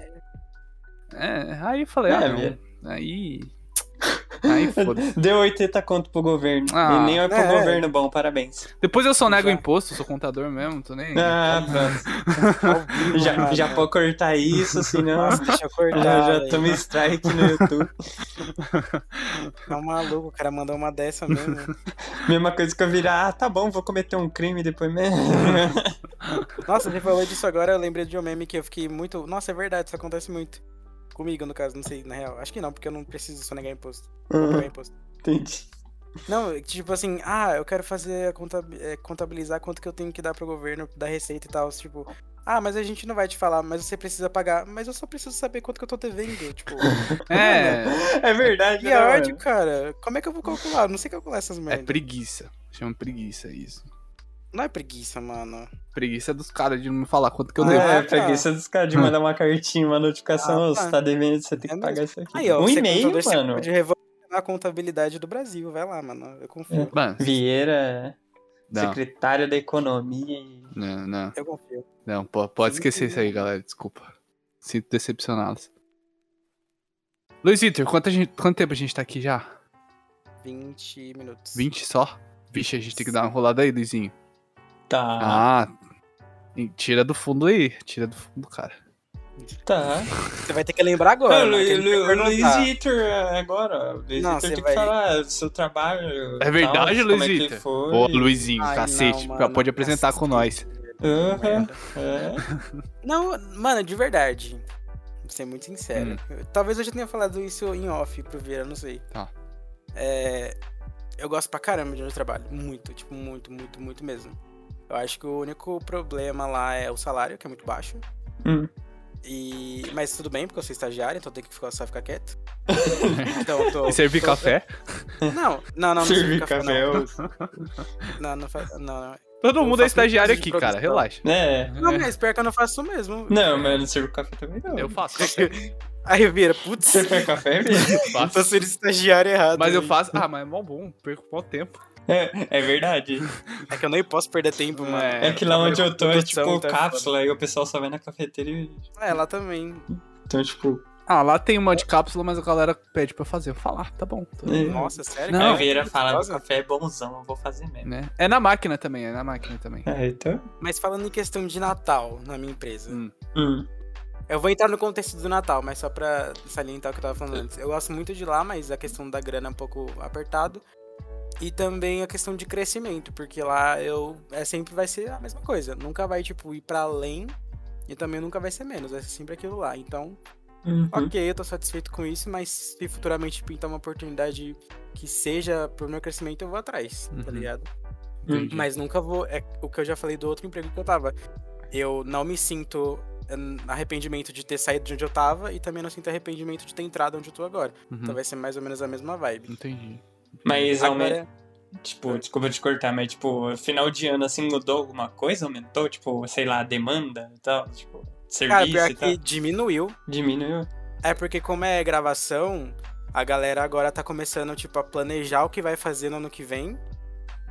[SPEAKER 1] É, aí eu falei,
[SPEAKER 3] É,
[SPEAKER 1] ah, não.
[SPEAKER 3] minha.
[SPEAKER 1] Aí. Aí foda-se.
[SPEAKER 3] Deu 80 conto pro governo.
[SPEAKER 1] Ah,
[SPEAKER 3] e nem é pro
[SPEAKER 2] é.
[SPEAKER 3] governo bom, parabéns.
[SPEAKER 1] Depois eu só nego
[SPEAKER 2] Já.
[SPEAKER 1] imposto, sou contador mesmo, tô nem.
[SPEAKER 3] Ah, pronto.
[SPEAKER 2] ao vivo,
[SPEAKER 3] Já,
[SPEAKER 2] mano.
[SPEAKER 3] já pode cortar isso, senão.
[SPEAKER 2] Nossa, deixa eu cortar.
[SPEAKER 3] Já, já
[SPEAKER 2] velho.
[SPEAKER 3] toma strike no YouTube.
[SPEAKER 2] Tá maluco, o cara mandou uma dessa mesmo.
[SPEAKER 3] Mesma coisa que eu virar, ah, tá bom, vou cometer um crime depois mesmo.
[SPEAKER 2] Nossa, você falou disso agora, eu lembrei de um meme que eu fiquei muito. Nossa, é verdade, isso acontece muito. Comigo, no caso, não sei, na real. Acho que não, porque eu não preciso sonegar imposto. Vou pagar imposto.
[SPEAKER 3] Uhum, Entendi.
[SPEAKER 2] Não, tipo assim, ah, eu quero fazer a conta- eh, contabilizar quanto que eu tenho que dar pro governo, da receita e tal. Tipo, ah, mas a gente não vai te falar, mas você precisa pagar. Mas eu só preciso saber quanto que eu tô devendo. Tipo,
[SPEAKER 1] É,
[SPEAKER 3] É verdade,
[SPEAKER 2] que
[SPEAKER 3] né, mano?
[SPEAKER 2] ódio, cara. Como é que eu vou calcular? Eu Não sei calcular essas
[SPEAKER 1] é
[SPEAKER 2] merdas.
[SPEAKER 1] preguiça. Chama preguiça isso.
[SPEAKER 2] Não é preguiça, mano.
[SPEAKER 1] Preguiça dos caras de não me falar quanto que eu
[SPEAKER 2] Ah,
[SPEAKER 1] devo.
[SPEAKER 3] É,
[SPEAKER 2] tá.
[SPEAKER 3] preguiça dos caras de mandar uma cartinha, uma notificação,
[SPEAKER 2] Ah,
[SPEAKER 3] "Ô,
[SPEAKER 2] tá.
[SPEAKER 3] você tá devendo, você tem
[SPEAKER 2] É
[SPEAKER 3] que pagar isso aqui.
[SPEAKER 2] Aí, ó,
[SPEAKER 3] um
[SPEAKER 2] você é
[SPEAKER 3] e-mail,
[SPEAKER 2] contador, você
[SPEAKER 3] mano.
[SPEAKER 2] Pode revolucionar a contabilidade do Brasil, vai lá, mano. Eu confio.
[SPEAKER 1] Mano,
[SPEAKER 3] Vieira,
[SPEAKER 1] não,
[SPEAKER 3] secretário da economia e...
[SPEAKER 1] não,
[SPEAKER 3] É.
[SPEAKER 1] não,
[SPEAKER 2] Eu confio.
[SPEAKER 1] não, po- pode esquecer isso aí, galera, desculpa. Sinto decepcioná-los. Luiz Vitor, quanto, a gente- quanto tempo a gente tá aqui já?
[SPEAKER 2] 20 minutos.
[SPEAKER 1] 20 só? Vixe, a gente tem que dar uma enrolada aí, Luizinho.
[SPEAKER 3] Tá,
[SPEAKER 1] Ah, e tira do fundo aí, tira do fundo, cara.
[SPEAKER 3] tá.
[SPEAKER 2] Você vai ter que lembrar agora.
[SPEAKER 3] Não,
[SPEAKER 2] né,
[SPEAKER 3] Lu-
[SPEAKER 2] que a gente vai
[SPEAKER 3] Lu-
[SPEAKER 2] perguntar.
[SPEAKER 3] Luiz Vitor é, agora. ó. Luiz
[SPEAKER 2] Não,
[SPEAKER 3] Vitor
[SPEAKER 2] você
[SPEAKER 3] tem
[SPEAKER 2] vai-
[SPEAKER 3] que falar do seu trabalho.
[SPEAKER 1] É verdade,
[SPEAKER 3] tal,
[SPEAKER 1] Luiz
[SPEAKER 3] como É
[SPEAKER 1] Vitor?
[SPEAKER 3] que foi.
[SPEAKER 1] Ô, Luizinho,
[SPEAKER 2] Ai,
[SPEAKER 1] cacete,
[SPEAKER 2] não, é mano,
[SPEAKER 1] pode apresentar com nós.
[SPEAKER 2] cacete, velho, que
[SPEAKER 3] Uhum.
[SPEAKER 2] merda.
[SPEAKER 3] É.
[SPEAKER 2] Não, mano, de verdade. Vou ser muito
[SPEAKER 1] Hum.
[SPEAKER 2] sincero. Eu- Talvez eu já tenha falado isso em off pro Vieira, não sei.
[SPEAKER 1] Tá.
[SPEAKER 2] É, eu gosto pra caramba de onde eu trabalho. Muito, tipo, muito, muito, muito mesmo. Eu acho que o único problema lá é o salário, que é muito baixo.
[SPEAKER 3] Hum.
[SPEAKER 2] E... Mas tudo bem, porque eu sou estagiário, então eu tenho que ficar, só ficar quieto. então, eu tô,
[SPEAKER 1] E servir
[SPEAKER 2] tô-
[SPEAKER 1] café?
[SPEAKER 2] Não, não, não, não sirvo
[SPEAKER 3] Servir
[SPEAKER 2] café,
[SPEAKER 3] café, é
[SPEAKER 2] não.
[SPEAKER 3] ô.
[SPEAKER 2] Não, não, faz- não, não.
[SPEAKER 1] Todo
[SPEAKER 2] Eu
[SPEAKER 1] mundo é
[SPEAKER 2] faço muito
[SPEAKER 1] estagiário
[SPEAKER 2] curso de
[SPEAKER 1] aqui, cara,
[SPEAKER 2] produção.
[SPEAKER 1] relaxa.
[SPEAKER 3] É.
[SPEAKER 2] Não, mas pior que eu não faço isso mesmo.
[SPEAKER 3] Não, mas eu não sirvo café também não.
[SPEAKER 1] Eu faço.
[SPEAKER 2] Aí vira, putz,
[SPEAKER 3] Você faz café mesmo?
[SPEAKER 2] eu tô sendo estagiário errado.
[SPEAKER 1] Mas eu
[SPEAKER 2] hein?
[SPEAKER 1] faço. Ah, mas é mó bom, perco mó tempo.
[SPEAKER 3] É, é verdade.
[SPEAKER 2] É que eu nem posso perder tempo, mano.
[SPEAKER 1] É,
[SPEAKER 3] É, que lá onde eu tô é
[SPEAKER 2] produção,
[SPEAKER 3] tipo
[SPEAKER 2] tá
[SPEAKER 3] cápsula e o pessoal só vai na cafeteira e.
[SPEAKER 2] É, lá também.
[SPEAKER 3] Então, tipo.
[SPEAKER 1] Ah, lá tem uma de cápsula, mas a galera pede pra fazer. Eu falar, tá bom. tô-
[SPEAKER 3] É.
[SPEAKER 2] Nossa, sério?
[SPEAKER 1] Não.
[SPEAKER 3] Aí
[SPEAKER 2] cara?
[SPEAKER 3] a Vieira fala: "Meu
[SPEAKER 2] Gostosa?
[SPEAKER 3] café é bonzão, eu vou fazer mesmo.
[SPEAKER 1] né? É na máquina também, é na máquina também.
[SPEAKER 3] É, então.
[SPEAKER 2] Mas falando em questão de Natal na minha empresa.
[SPEAKER 1] Hum.
[SPEAKER 3] Hum.
[SPEAKER 2] Eu vou entrar no contexto do Natal, mas só pra salientar o que eu tava falando antes. Eu gosto muito de lá, mas a questão da grana é um pouco apertado. E também a questão de crescimento, porque lá eu é sempre vai ser a mesma coisa. Nunca vai, tipo, ir pra além e também nunca vai ser menos. Vai ser sempre aquilo lá. Então,
[SPEAKER 3] Uhum.
[SPEAKER 2] ok, eu tô satisfeito com isso, mas se futuramente pintar uma oportunidade que seja pro meu crescimento, eu vou atrás,
[SPEAKER 1] Uhum.
[SPEAKER 2] tá ligado?
[SPEAKER 1] Entendi.
[SPEAKER 2] Hum, Mas nunca vou. É o que eu já falei do outro emprego que eu tava. Eu não me sinto hum, arrependimento de ter saído de onde eu tava e também não sinto arrependimento de ter entrado onde eu tô agora.
[SPEAKER 1] Uhum.
[SPEAKER 2] Então vai ser mais ou menos a mesma vibe.
[SPEAKER 1] Entendi.
[SPEAKER 3] Mas ao menos.
[SPEAKER 2] Agora,
[SPEAKER 3] Tipo, desculpa te cortar, mas tipo, final de ano assim mudou alguma coisa? Aumentou, tipo, sei lá, a demanda e tal? Tipo,
[SPEAKER 2] cara,
[SPEAKER 3] serviço
[SPEAKER 2] pior
[SPEAKER 3] e tal?
[SPEAKER 2] que diminuiu.
[SPEAKER 3] Diminuiu?
[SPEAKER 2] É porque como é gravação, a galera agora tá começando, tipo, a planejar o que vai fazer no ano que vem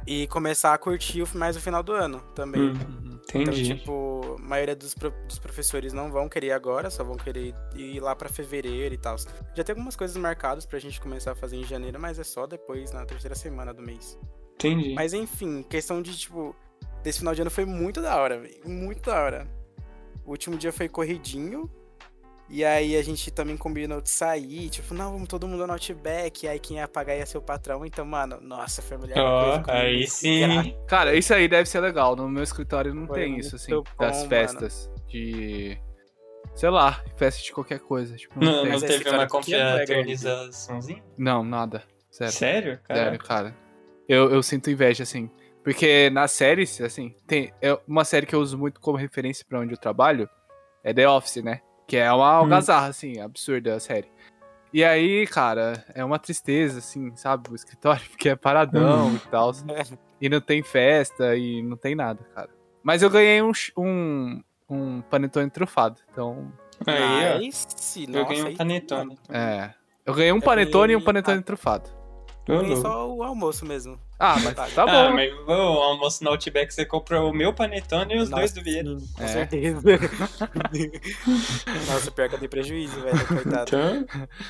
[SPEAKER 2] e começar a curtir o- mais o final do ano também.
[SPEAKER 3] Hum,
[SPEAKER 1] Uhum.
[SPEAKER 2] Então,
[SPEAKER 3] entendi.
[SPEAKER 2] tipo, a maioria dos, pro- dos professores não vão querer ir agora, só vão querer ir lá pra fevereiro e tal. Já tem algumas coisas marcadas pra gente começar a fazer em janeiro, mas é só depois, na terceira semana do mês.
[SPEAKER 3] entendi.
[SPEAKER 2] Mas enfim, questão de, tipo, desse final de ano foi muito da hora, velho. Muito da hora. O último dia foi corridinho. E aí a gente também combinou de sair, tipo, não, vamos todo mundo no Outback, e aí quem ia pagar ia ser o patrão, então, mano, nossa, foi a melhor
[SPEAKER 3] Ó,
[SPEAKER 2] é coisa. que eu
[SPEAKER 3] aí
[SPEAKER 2] me
[SPEAKER 3] sim.
[SPEAKER 1] Cara, isso aí deve ser legal. No meu escritório não
[SPEAKER 2] Foi
[SPEAKER 1] tem
[SPEAKER 2] muito
[SPEAKER 1] isso, assim,
[SPEAKER 2] bom,
[SPEAKER 1] das
[SPEAKER 2] mano.
[SPEAKER 1] festas de. Sei lá, festa de qualquer coisa. Tipo, não,
[SPEAKER 3] Não,
[SPEAKER 1] tem.
[SPEAKER 3] não
[SPEAKER 2] Mas
[SPEAKER 3] teve
[SPEAKER 2] esse cara
[SPEAKER 3] uma
[SPEAKER 2] aqui é mega
[SPEAKER 3] confraternizaçãozinha?
[SPEAKER 1] Não, nada. Sério.
[SPEAKER 3] Sério?
[SPEAKER 1] Sério,
[SPEAKER 3] Cara.
[SPEAKER 1] cara. Eu, eu sinto inveja, assim. Porque nas séries, assim, tem é uma série que eu uso muito como referência pra onde eu trabalho, é The Office, né? Que é uma algazarra, assim, absurda a série. E aí, cara, é uma tristeza, assim, sabe? O escritório, porque é paradão e tal. E não tem festa e não tem nada, cara. Mas eu ganhei um, ch- um, um panetone trufado, então...
[SPEAKER 3] Aí, ó.
[SPEAKER 2] Nice,
[SPEAKER 3] Eu ganhei
[SPEAKER 2] nossa,
[SPEAKER 3] um
[SPEAKER 2] aí-
[SPEAKER 3] panetone.
[SPEAKER 1] É. Eu ganhei um panetone e um
[SPEAKER 2] ganhei-
[SPEAKER 1] panetone trufado.
[SPEAKER 3] Tô
[SPEAKER 2] Eu ganhei
[SPEAKER 3] louco.
[SPEAKER 2] só o almoço mesmo.
[SPEAKER 1] Ah, mas tá bom.
[SPEAKER 3] ah,
[SPEAKER 1] né?
[SPEAKER 3] mas o almoço no Outback você comprou o meu panetone e os dois do Vieira.
[SPEAKER 2] Com
[SPEAKER 1] É.
[SPEAKER 2] certeza. né? Nossa, pior que eu dei prejuízo, velho, coitado.
[SPEAKER 3] Então,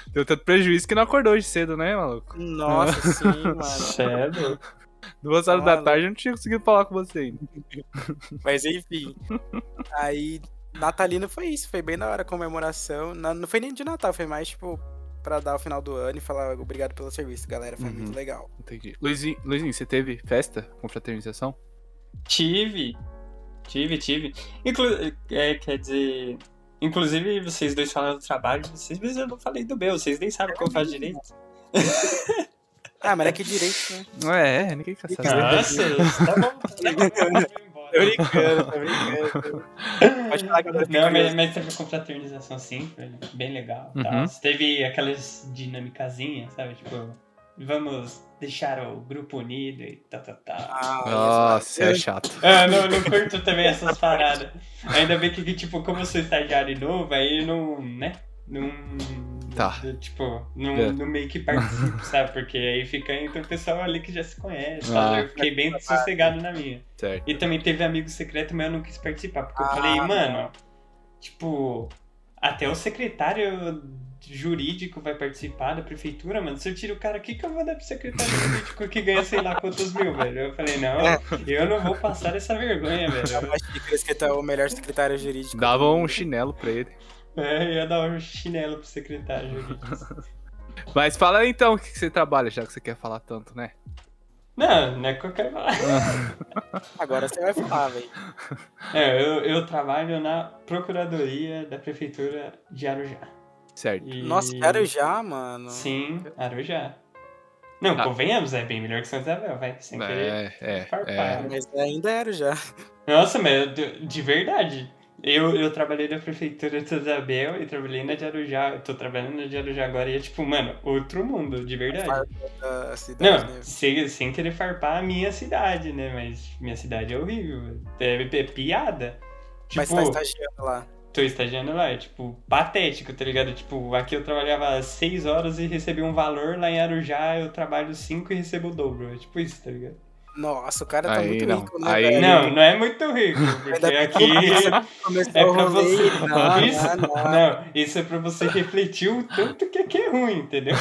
[SPEAKER 1] Deu tanto prejuízo que não acordou hoje cedo, né, maluco?
[SPEAKER 2] Nossa, sim, mano.
[SPEAKER 3] sério?
[SPEAKER 1] Duas horas da
[SPEAKER 2] Maluco.
[SPEAKER 1] tarde eu não tinha conseguido falar com você ainda.
[SPEAKER 2] Mas enfim. Aí, Natalino foi isso, foi bem da hora a comemoração. Na- Não foi nem de Natal, foi mais tipo pra dar o final do ano e falar obrigado pelo serviço, galera. Foi
[SPEAKER 1] Uhum.
[SPEAKER 2] muito legal.
[SPEAKER 1] Entendi. Luizinho, Luizinho, você teve festa com fraternização?
[SPEAKER 3] Tive. Tive, tive. Inclu é, quer dizer. Inclusive, vocês dois falaram do trabalho de vocês, mas eu não falei do meu, vocês nem sabem o que eu faço direito.
[SPEAKER 2] Ah, mas é que direito, né?
[SPEAKER 1] É, é, ninguém quer saber.
[SPEAKER 3] Nossa, tá bom. tá bom, embora.
[SPEAKER 2] brincando, tô brincando. Pode falar que eu tô
[SPEAKER 3] Não, mas,
[SPEAKER 2] curioso.
[SPEAKER 3] mas teve confraternização sim, foi bem legal.
[SPEAKER 1] Uhum.
[SPEAKER 3] Tá? Teve aquelas dinâmicazinhas, sabe? Tipo, vamos deixar o grupo unido e tá, tá, tá.
[SPEAKER 2] Ah,
[SPEAKER 1] Nossa, é
[SPEAKER 2] isso.
[SPEAKER 1] chato.
[SPEAKER 3] Ah, não, não curto também essas paradas. Ainda bem que, tipo, como eu sou estagiário novo, aí não, né? Não.
[SPEAKER 1] Tá.
[SPEAKER 3] eu, Tipo, não,
[SPEAKER 1] É.
[SPEAKER 3] não meio que participo, sabe? Porque aí fica entre o pessoal ali que já se conhece.
[SPEAKER 1] Ah.
[SPEAKER 3] sabe? Eu fiquei bem sossegado na minha.
[SPEAKER 1] Certo.
[SPEAKER 3] E também teve amigo secreto, mas eu não quis participar. Porque eu
[SPEAKER 2] Ah,
[SPEAKER 3] falei,
[SPEAKER 2] não.
[SPEAKER 3] mano, tipo, até o secretário jurídico vai participar da prefeitura, mano. Se eu tiro o cara, o que, que eu vou dar pro secretário jurídico que ganha sei lá quantos mil, velho? Eu falei, não,
[SPEAKER 2] É.
[SPEAKER 3] eu não vou passar essa vergonha, velho.
[SPEAKER 2] Eu acho que Cris que tá o melhor secretário jurídico.
[SPEAKER 1] Dava um chinelo pra ele.
[SPEAKER 3] É, eu ia dar um chinelo pro secretário jurídico.
[SPEAKER 1] Mas fala aí, então o que que você trabalha, já que você quer falar tanto, né?
[SPEAKER 3] Não, não é qualquer falar.
[SPEAKER 2] Agora você vai falar, velho.
[SPEAKER 3] É, eu, eu trabalho na procuradoria da prefeitura de Arujá.
[SPEAKER 1] Certo.
[SPEAKER 3] E-
[SPEAKER 2] Nossa, quero já, mano.
[SPEAKER 3] Sim, Arujá. Não,
[SPEAKER 1] Ah.
[SPEAKER 3] convenhamos, é bem melhor que São Isabel, vai. Sem querer.
[SPEAKER 1] É, é, é.
[SPEAKER 3] farpar. né?
[SPEAKER 2] Mas ainda era já.
[SPEAKER 3] Nossa, mas eu- de, de verdade. Eu, eu trabalhei na prefeitura de São Isabel e trabalhei na de Arujá. Eu tô trabalhando na de Arujá agora e é tipo, mano, outro mundo, de verdade.
[SPEAKER 2] A cidade, né?
[SPEAKER 3] É. Não, sem, sem querer farpar a minha cidade, né? Mas minha cidade é horrível. É, é piada.
[SPEAKER 2] Mas
[SPEAKER 3] Tipo,
[SPEAKER 2] tá estagiando lá.
[SPEAKER 3] tô estagiando lá, é tipo, patético, tá ligado? Tipo, aqui eu trabalhava 6 horas e recebi um valor, lá em Arujá eu trabalho 5 e recebo o dobro. É tipo isso, tá ligado?
[SPEAKER 2] Nossa, o cara tá
[SPEAKER 1] Aí
[SPEAKER 2] muito
[SPEAKER 1] não.
[SPEAKER 2] rico, né,
[SPEAKER 1] Aí
[SPEAKER 2] velho?
[SPEAKER 3] Não, não é muito rico, porque
[SPEAKER 2] Ainda bem
[SPEAKER 3] aqui.
[SPEAKER 2] que tá começou
[SPEAKER 3] é
[SPEAKER 2] o
[SPEAKER 3] pra
[SPEAKER 2] rolê, né?
[SPEAKER 3] você-
[SPEAKER 2] não, não,
[SPEAKER 3] Isso?
[SPEAKER 2] não.
[SPEAKER 3] Não, isso é pra você refletir o tanto que aqui é ruim, entendeu?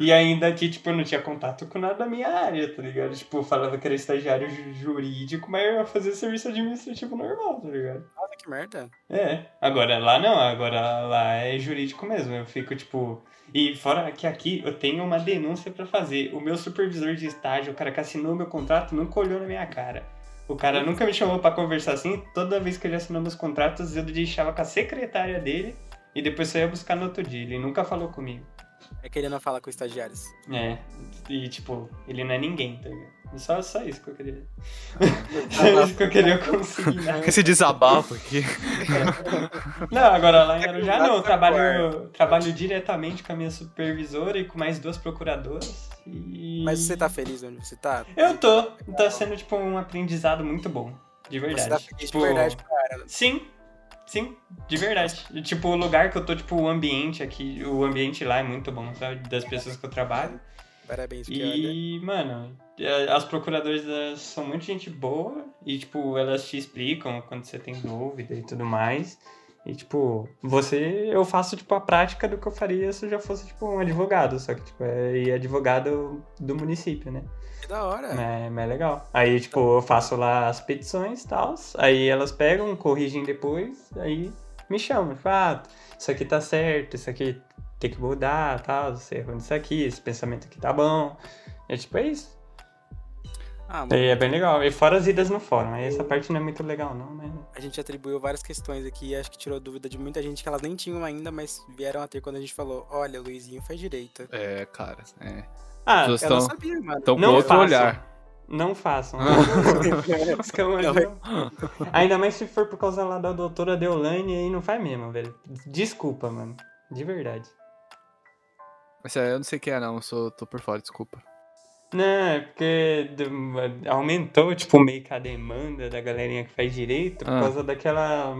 [SPEAKER 3] e ainda aqui, tipo, eu não tinha contato com nada da minha área, tá ligado? Tipo, eu falava que era estagiário ju- jurídico, mas eu ia fazer serviço administrativo normal, tá ligado?
[SPEAKER 2] Nossa, que merda.
[SPEAKER 3] É, agora lá não, agora lá é jurídico mesmo. Eu fico tipo. E fora que aqui eu tenho uma denúncia pra fazer. O meu supervisor de estágio, o cara que assinou meu contrato, nunca olhou na minha cara. O cara nunca me chamou pra conversar assim. Toda vez que ele assinou meus contratos, eu deixava com a secretária dele e depois só ia buscar no outro dia. Ele nunca falou comigo.
[SPEAKER 2] É que ele não fala com estagiários.
[SPEAKER 3] É, e tipo, ele não é ninguém, tá ligado? Só, só isso que eu queria. Só isso
[SPEAKER 2] Nossa,
[SPEAKER 3] que eu queria conseguir, né?
[SPEAKER 1] Esse desabafo aqui.
[SPEAKER 3] Não, agora lá em Arujá não, eu trabalho, trabalho diretamente com a minha supervisora e com mais duas procuradoras. E...
[SPEAKER 2] Mas você tá feliz onde você tá?
[SPEAKER 3] Eu tô. Tá sendo, tipo, um aprendizado muito bom. De verdade.
[SPEAKER 2] Você tá feliz
[SPEAKER 3] Tipo,
[SPEAKER 2] de verdade, cara.
[SPEAKER 3] Sim. Sim, de verdade. E, Tipo, o lugar que eu tô, tipo, o ambiente aqui, o ambiente lá é muito bom, sabe? Das pessoas que eu trabalho.
[SPEAKER 2] Parabéns, porque olha.
[SPEAKER 3] E, mano, é, as procuradoras elas são muito gente boa e, tipo, elas te explicam quando você tem dúvida e tudo mais. E, tipo, você, eu faço, tipo, a prática do que eu faria se eu já fosse, tipo, um advogado, só que, tipo, é, e advogado do município, né?
[SPEAKER 2] Que da hora.
[SPEAKER 3] É, mas é legal. Aí, tipo, eu faço lá as petições e tal, aí elas pegam, corrigem depois, aí me chamam, tipo, ah, isso aqui tá certo, isso aqui tem que mudar, tal, você errou nisso aqui, esse pensamento aqui tá bom. É tipo, é isso.
[SPEAKER 2] Ah, mano,
[SPEAKER 3] Aí é bem legal. E fora as idas no fórum, aí essa parte não é muito legal não, mas...
[SPEAKER 2] a gente atribuiu várias questões aqui e acho que tirou dúvida de muita gente que elas nem tinham ainda, mas vieram a ter quando a gente falou: olha, Luizinho faz direita.
[SPEAKER 1] É, cara. É.
[SPEAKER 3] Ah,
[SPEAKER 1] Pessoas
[SPEAKER 2] Eu não
[SPEAKER 1] estão
[SPEAKER 2] sabia, mano.
[SPEAKER 1] tão com
[SPEAKER 3] não
[SPEAKER 1] outro
[SPEAKER 3] façam.
[SPEAKER 1] olhar.
[SPEAKER 3] Não façam. Escama não. Ainda mais se for por causa lá da doutora Deolane, aí não faz mesmo, velho. Desculpa, mano. De verdade.
[SPEAKER 1] Mas sério, eu não sei quem é, não. Eu sou, tô por fora, desculpa.
[SPEAKER 3] Não, é porque d- aumentou, tipo, meio que a demanda da galerinha que faz direito por
[SPEAKER 1] Ah.
[SPEAKER 3] causa daquela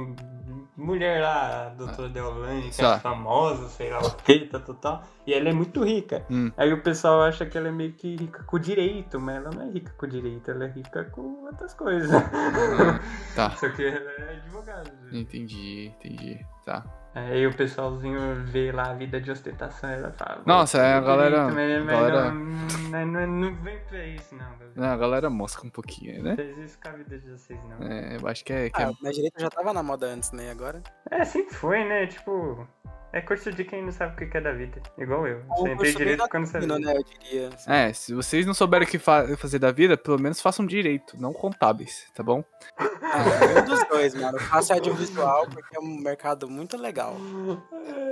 [SPEAKER 3] mulher lá, a doutora Deolane, que
[SPEAKER 1] Ah. Só.
[SPEAKER 3] é famosa, sei lá o que, tal, tal, tal. E ela é muito rica.
[SPEAKER 1] Hum.
[SPEAKER 3] Aí o pessoal acha que ela é meio que rica com direito, mas ela não é rica com direito, ela é rica com outras coisas.
[SPEAKER 1] Tá,
[SPEAKER 3] Só que ela é advogada.
[SPEAKER 1] Hum. entendi, entendi. Tá.
[SPEAKER 3] Aí o pessoalzinho vê lá a vida de ostentação, ela fala.
[SPEAKER 1] Nossa,
[SPEAKER 3] "Pô,
[SPEAKER 1] é, a
[SPEAKER 3] que
[SPEAKER 1] galera-
[SPEAKER 3] bonito, mas- mas
[SPEAKER 1] galera-
[SPEAKER 3] Não, não, não vem pra isso, não, galera.
[SPEAKER 1] Não, a galera mosca um pouquinho, aí, né?
[SPEAKER 3] Fez isso com a vida de vocês, não.
[SPEAKER 1] É, eu acho que é. Que é...
[SPEAKER 2] Ah, na direita já tava na moda antes, né? E agora?
[SPEAKER 3] É, sempre foi, né? Tipo, é curso de quem não sabe o que que é da vida. Igual eu.
[SPEAKER 2] um
[SPEAKER 3] Você entende
[SPEAKER 2] curso bem
[SPEAKER 3] direito quando você.
[SPEAKER 2] Não, né? Eu diria.
[SPEAKER 1] É, se vocês não souberem o que fa- fazer da vida, pelo menos façam direito, não contábeis, tá bom?
[SPEAKER 2] Ah, um dos dois, mano. Eu faço audiovisual porque é um mercado muito legal.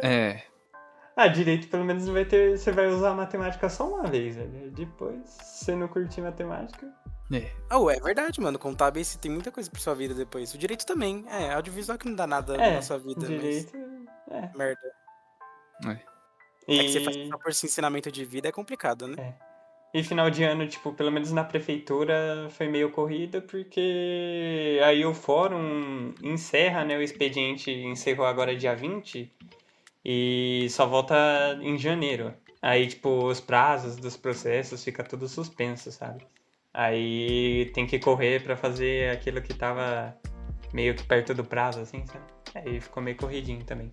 [SPEAKER 1] É.
[SPEAKER 3] Ah, direito pelo menos vai ter. Você vai usar a matemática só uma vez, velho. Depois, se você não curtir matemática.
[SPEAKER 1] é.
[SPEAKER 2] Oh, é verdade, mano. Contábeis você tem muita coisa pra sua vida depois. O direito também. É, audiovisual que não dá nada
[SPEAKER 3] É,
[SPEAKER 2] na sua vida,
[SPEAKER 3] direito. É.
[SPEAKER 2] mas. Merda.
[SPEAKER 3] E...
[SPEAKER 2] É que você faz só por esse ensinamento de vida é complicado, né?
[SPEAKER 3] E final de ano, tipo, pelo menos na prefeitura foi meio corrida, porque aí o fórum encerra, né? O expediente encerrou agora dia 20 e só volta em janeiro. Aí, tipo, os prazos dos processos fica tudo suspenso, sabe? Aí tem que correr pra fazer aquilo que tava meio que perto do prazo, assim, sabe? Aí ficou meio corridinho também.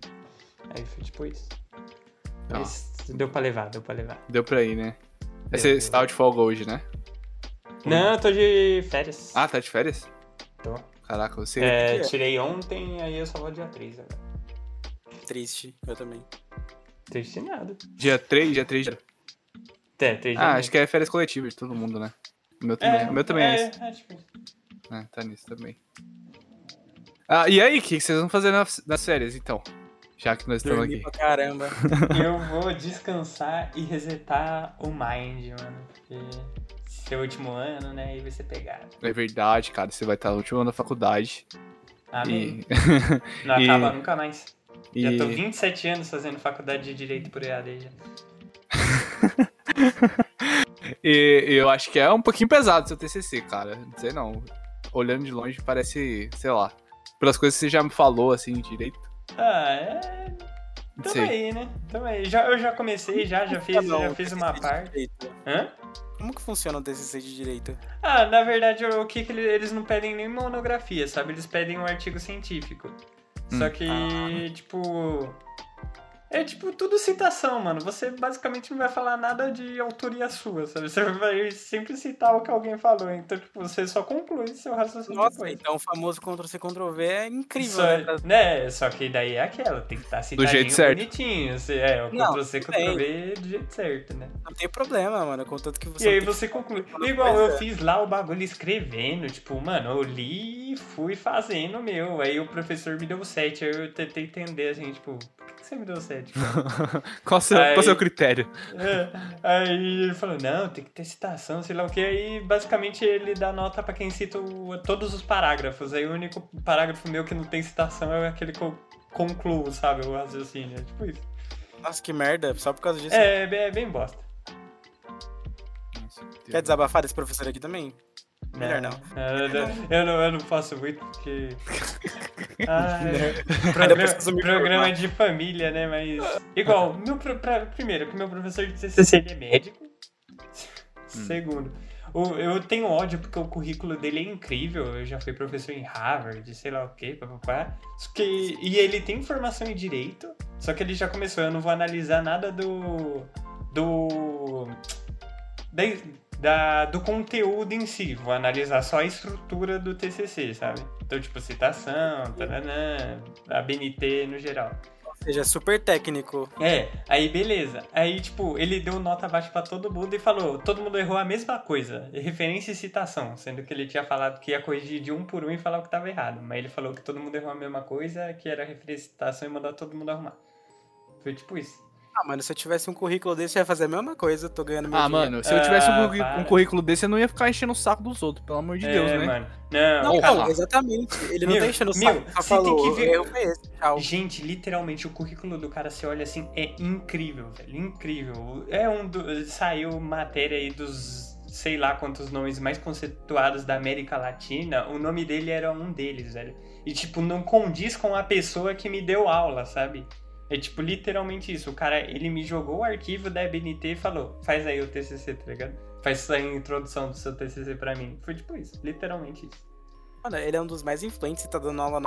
[SPEAKER 3] Aí foi tipo isso.
[SPEAKER 1] Ah.
[SPEAKER 3] Mas deu pra levar, deu pra levar.
[SPEAKER 1] Deu pra ir, né?
[SPEAKER 3] Deu,
[SPEAKER 1] Você
[SPEAKER 3] deu.
[SPEAKER 1] você tava de folga hoje, né?
[SPEAKER 3] Não, eu tô de férias.
[SPEAKER 1] Ah, tá de férias?
[SPEAKER 3] Tô.
[SPEAKER 1] Caraca, você.
[SPEAKER 3] É,
[SPEAKER 2] que é?
[SPEAKER 3] tirei ontem, aí eu só vou dia 3 agora. É.
[SPEAKER 2] Triste, eu também.
[SPEAKER 3] Triste nada.
[SPEAKER 1] Dia 3, dia 3 de.
[SPEAKER 3] É, 3 de
[SPEAKER 1] Ah, acho que é férias coletivas de todo mundo, né? O meu também é, o meu também é, isso.
[SPEAKER 3] é, tipo,
[SPEAKER 1] É, tá nisso também. Ah, e aí, o que vocês vão fazer nas, nas férias, então? Já que nós estamos
[SPEAKER 2] Dormi
[SPEAKER 1] aqui.
[SPEAKER 2] pra caramba.
[SPEAKER 3] Eu vou descansar e resetar o mind, mano. Porque seu último ano, né? Aí vai ser pegado.
[SPEAKER 1] É verdade, cara. Você vai estar no último ano da faculdade.
[SPEAKER 3] Amém.
[SPEAKER 1] E.
[SPEAKER 3] Ah, Não
[SPEAKER 1] e-
[SPEAKER 3] acaba nunca mais. Já tô
[SPEAKER 1] e...
[SPEAKER 3] 27 anos fazendo faculdade de Direito por EAD já.
[SPEAKER 1] e eu acho que é um pouquinho pesado seu TCC, cara. Não sei não. Olhando de longe, parece, sei lá. Pelas coisas que você já me falou, assim, direito.
[SPEAKER 3] Ah, é...
[SPEAKER 1] Não
[SPEAKER 3] Tamo
[SPEAKER 1] sei.
[SPEAKER 3] aí, né? Tamo aí. Já, eu já comecei, já, já fiz,
[SPEAKER 2] Tá bom,
[SPEAKER 3] já fiz uma
[SPEAKER 2] TCC de
[SPEAKER 3] parte.
[SPEAKER 2] direito.
[SPEAKER 3] Hã?
[SPEAKER 2] Como que funciona o TCC de direito?
[SPEAKER 3] Ah, na verdade, o que que ele- eles não pedem nem monografia, sabe? Eles pedem um artigo científico.
[SPEAKER 1] Hum.
[SPEAKER 3] Só que,
[SPEAKER 2] Ah.
[SPEAKER 3] tipo. É tipo tudo citação, mano. Você basicamente não vai falar nada de autoria sua, sabe? Você vai sempre citar o que alguém falou. Então, tipo, você só conclui seu raciocínio
[SPEAKER 2] Nossa,
[SPEAKER 3] depois.
[SPEAKER 2] então o famoso Ctrl-C, Ctrl-V é incrível,
[SPEAKER 3] Só,
[SPEAKER 2] né?
[SPEAKER 3] né? Só que daí é aquela, tem que estar citadinho
[SPEAKER 1] jeito certo.
[SPEAKER 3] bonitinho. Você, é, o
[SPEAKER 2] Não,
[SPEAKER 3] Ctrl-C,
[SPEAKER 2] tudo bem.
[SPEAKER 3] Ctrl-V do jeito certo, né?
[SPEAKER 2] Não tem problema, mano. Contanto que
[SPEAKER 3] E
[SPEAKER 2] você.
[SPEAKER 3] aí
[SPEAKER 2] não
[SPEAKER 3] você conclui.
[SPEAKER 2] Pois
[SPEAKER 3] Igual eu
[SPEAKER 2] é.
[SPEAKER 3] fiz lá o bagulho escrevendo, tipo, mano, eu li e fui fazendo o meu. Aí o professor me deu 7, aí eu tentei entender assim, tipo, por que você me deu 7?
[SPEAKER 1] Qual o seu, qual o seu
[SPEAKER 3] Aí-
[SPEAKER 1] critério?
[SPEAKER 3] É, aí ele falou, não, tem que ter citação, sei lá o que. Aí basicamente ele dá nota pra quem cita o- todos os parágrafos. Aí o único parágrafo meu que não tem citação é aquele que eu concluo, sabe, o raciocínio. É tipo isso.
[SPEAKER 2] tem- Nossa, que merda. Só por causa disso.
[SPEAKER 3] É, bem- é bem bosta.
[SPEAKER 2] Quer desabafar desse professor aqui também? Melhor não.
[SPEAKER 3] É, Eu não, eu não, eu não faço muito porque. Ai,
[SPEAKER 2] Ainda
[SPEAKER 3] programa,
[SPEAKER 2] preciso me
[SPEAKER 3] programa
[SPEAKER 2] formar.
[SPEAKER 3] de família, né? Mas. Igual, meu, pro- pra- primeiro, que meu professor de TCC ele é médico. Segundo, o- eu tenho ódio porque o currículo dele é incrível. Eu já fui professor em Harvard, sei lá o quê, papapá. Só que- E ele tem formação em direito, só que ele já começou. Eu não vou analisar nada do. do. da, da- do conteúdo em si. Vou analisar só a estrutura do TCC, sabe? Então, tipo, citação, taranã, a BNT no geral.
[SPEAKER 2] Ou seja, é super técnico.
[SPEAKER 3] É, aí beleza. Aí, tipo, ele deu nota baixa pra todo mundo e falou: todo mundo errou a mesma coisa, referência e citação, sendo que ele tinha falado que ia corrigir de um por um e falar o que tava errado. Mas ele falou que todo mundo errou a mesma coisa, que era referência e citação e mandar todo mundo arrumar. Foi tipo isso.
[SPEAKER 2] Ah, mano, se eu tivesse um currículo desse, eu ia fazer a mesma coisa, eu tô ganhando meu
[SPEAKER 1] Ah,
[SPEAKER 2] dinheiro.
[SPEAKER 1] mano, se eu tivesse um,
[SPEAKER 3] Ah,
[SPEAKER 1] curri-
[SPEAKER 3] para.
[SPEAKER 1] um currículo desse, eu não ia ficar enchendo o saco dos outros, pelo amor de Deus,
[SPEAKER 3] é,
[SPEAKER 1] né?
[SPEAKER 3] mano. Não,
[SPEAKER 2] Não,
[SPEAKER 1] Ô,
[SPEAKER 2] cara,
[SPEAKER 1] cara.
[SPEAKER 2] exatamente. Ele não
[SPEAKER 3] Meu,
[SPEAKER 2] tá enchendo o
[SPEAKER 3] meu,
[SPEAKER 2] saco. Só
[SPEAKER 3] você tem
[SPEAKER 2] falou,
[SPEAKER 3] que ver-
[SPEAKER 2] Eu foi esse, tchau.
[SPEAKER 3] Gente, literalmente, o currículo do cara, você olha assim, é incrível, velho. Incrível. É um do. Saiu matéria aí dos sei lá quantos nomes mais conceituados da América Latina. O nome dele era um deles, velho. E tipo, não condiz com a pessoa que me deu aula, sabe? É tipo, literalmente isso. O cara, ele me jogou o arquivo da EBNT e falou: faz aí o TCC, tá ligado? Faz a introdução do seu TCC pra mim. Foi tipo isso, literalmente isso.
[SPEAKER 2] Mano, ele é um dos mais influentes e tá dando aula na...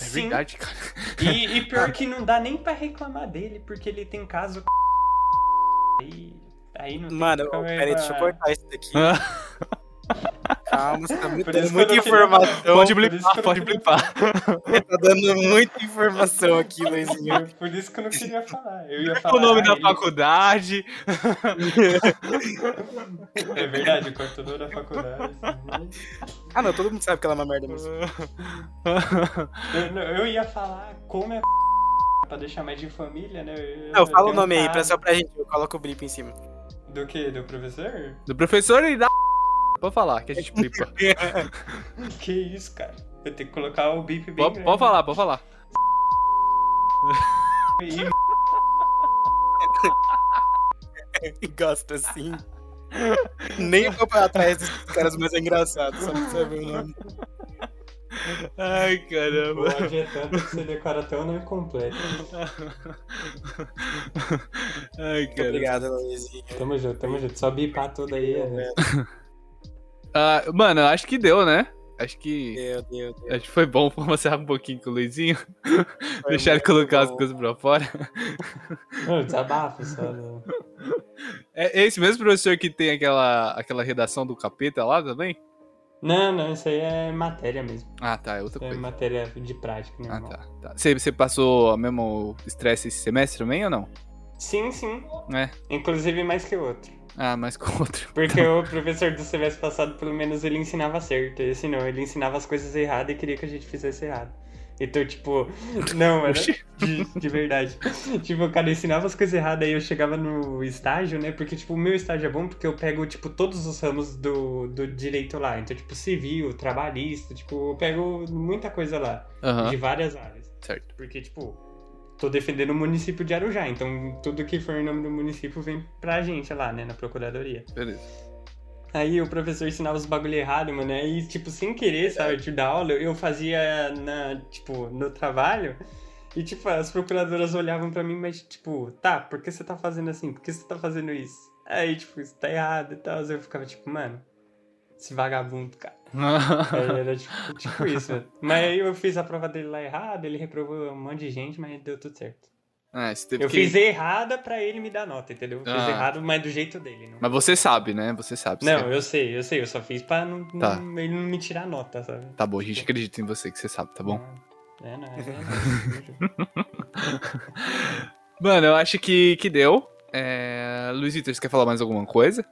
[SPEAKER 1] É verdade, cara.
[SPEAKER 3] E, e pior que não dá nem pra reclamar dele, porque ele tem caso com aí, aí não tem
[SPEAKER 2] Mano,
[SPEAKER 3] como eu
[SPEAKER 2] peraí, deixa eu
[SPEAKER 3] reclamar.
[SPEAKER 2] cortar isso daqui.
[SPEAKER 1] Ah.
[SPEAKER 2] Calma, você tá me
[SPEAKER 3] Por
[SPEAKER 2] dando
[SPEAKER 3] isso
[SPEAKER 2] muita
[SPEAKER 3] que eu não queria-
[SPEAKER 2] informação.
[SPEAKER 1] Pode
[SPEAKER 3] por isso que eu
[SPEAKER 1] blipar,
[SPEAKER 3] não
[SPEAKER 1] pode
[SPEAKER 3] queria
[SPEAKER 1] blipar.
[SPEAKER 2] Você tá dando muita informação aqui, Luizinho.
[SPEAKER 3] Eu- Por isso que eu não queria falar. Eu ia falar.
[SPEAKER 1] O nome
[SPEAKER 3] ah,
[SPEAKER 1] da
[SPEAKER 3] ele-
[SPEAKER 1] faculdade.
[SPEAKER 3] É verdade, cortou o nome da faculdade. assim.
[SPEAKER 2] Ah, não, todo mundo sabe que ela é uma merda mesmo.
[SPEAKER 3] Eu, não- eu ia falar como é pra deixar mais de família, né? Eu,
[SPEAKER 2] Não, fala o
[SPEAKER 3] tenho um
[SPEAKER 2] nome aí, pra,
[SPEAKER 3] caso.
[SPEAKER 2] só pra gente. Eu coloco o blip em cima.
[SPEAKER 3] Do que? Do professor?
[SPEAKER 1] Do professor e da. Pode falar, que a gente blipa.
[SPEAKER 3] Que isso, cara? Eu tenho que colocar o bip bem
[SPEAKER 1] Pode,
[SPEAKER 3] grande.
[SPEAKER 1] pode falar, pode falar.
[SPEAKER 3] E-
[SPEAKER 2] Gosto assim. Nem vou pra trás desses caras mais engraçados, só pra saber o nome.
[SPEAKER 1] Ai,
[SPEAKER 3] O
[SPEAKER 1] caramba.
[SPEAKER 3] ódio é tanto que você decora até o nome completo.
[SPEAKER 1] Ai,
[SPEAKER 2] Muito
[SPEAKER 1] cara.
[SPEAKER 2] obrigado, Luizinho.
[SPEAKER 3] Tamo junto, tamo junto. Só bipar tudo aí, né?
[SPEAKER 1] Ah, mano, acho que deu, né? Acho que.
[SPEAKER 2] Meu Deus.
[SPEAKER 1] Acho que É, foi bom conversar um pouquinho com o Luizinho.
[SPEAKER 2] foi
[SPEAKER 1] deixar ele
[SPEAKER 2] muito
[SPEAKER 1] colocar as
[SPEAKER 2] bom.
[SPEAKER 1] coisas pra fora.
[SPEAKER 3] Não, desabafo só. Né?
[SPEAKER 1] É esse mesmo professor que tem aquela, aquela redação do capeta lá também?
[SPEAKER 3] Não, não, isso aí é matéria mesmo.
[SPEAKER 1] Ah, tá. É outra
[SPEAKER 3] Isso é
[SPEAKER 1] coisa.
[SPEAKER 3] matéria de prática,
[SPEAKER 1] Ah,
[SPEAKER 3] normal.
[SPEAKER 1] tá. tá. Você, você passou o mesmo estresse esse semestre também ou não?
[SPEAKER 3] Sim, sim.
[SPEAKER 1] É.
[SPEAKER 3] Inclusive mais que o outro.
[SPEAKER 1] Ah, mas com outro.
[SPEAKER 3] Porque o professor do semestre passado, pelo menos, ele ensinava certo. Esse não, ele ensinava as coisas erradas e queria que a gente fizesse errado. Então, tipo, não, mano.
[SPEAKER 1] Oxi.
[SPEAKER 3] De, de verdade. tipo, o cara ensinava as coisas erradas aí eu chegava no estágio, né? Porque, tipo, o meu estágio é bom porque eu pego, tipo, todos os ramos do, do direito lá. Então, tipo, civil, trabalhista, tipo, eu pego muita coisa lá,
[SPEAKER 1] Aham,
[SPEAKER 3] de várias áreas.
[SPEAKER 1] certo.
[SPEAKER 3] Porque, tipo, tô defendendo o município de Arujá, então tudo que for em nome do município vem pra gente lá, né, na procuradoria.
[SPEAKER 1] Beleza.
[SPEAKER 3] Aí o professor ensinava os bagulho errado, mano. Aí, tipo, sem querer, sabe, tipo, da aula, eu fazia na, tipo, no trabalho. E, tipo, as procuradoras olhavam pra mim, mas, tipo, tá, por que você tá fazendo assim? Por que você tá fazendo isso? Aí, tipo, isso tá errado e tal. Eu ficava, tipo, mano, esse vagabundo, cara. Aí era, tipo, tipo isso, mano. Mas aí eu fiz a prova dele lá errado, ele reprovou um monte de gente, mas deu tudo certo.
[SPEAKER 1] Ah, você teve
[SPEAKER 3] Eu
[SPEAKER 1] que-
[SPEAKER 3] fiz errada pra ele me dar nota, entendeu? Eu fiz
[SPEAKER 1] Ah.
[SPEAKER 3] errado, mas do jeito dele, não
[SPEAKER 1] Mas você sabe, né? Você sabe.
[SPEAKER 3] não,
[SPEAKER 1] você-
[SPEAKER 3] eu sei, eu sei, eu só fiz pra não,
[SPEAKER 1] Tá.
[SPEAKER 3] não- ele não me tirar a nota, sabe?
[SPEAKER 1] Tá bom, a gente acredita em você que você sabe, tá bom?
[SPEAKER 3] É, não, é, é,
[SPEAKER 1] Mano, eu acho que, que deu. É... Luizito, você quer falar mais alguma coisa?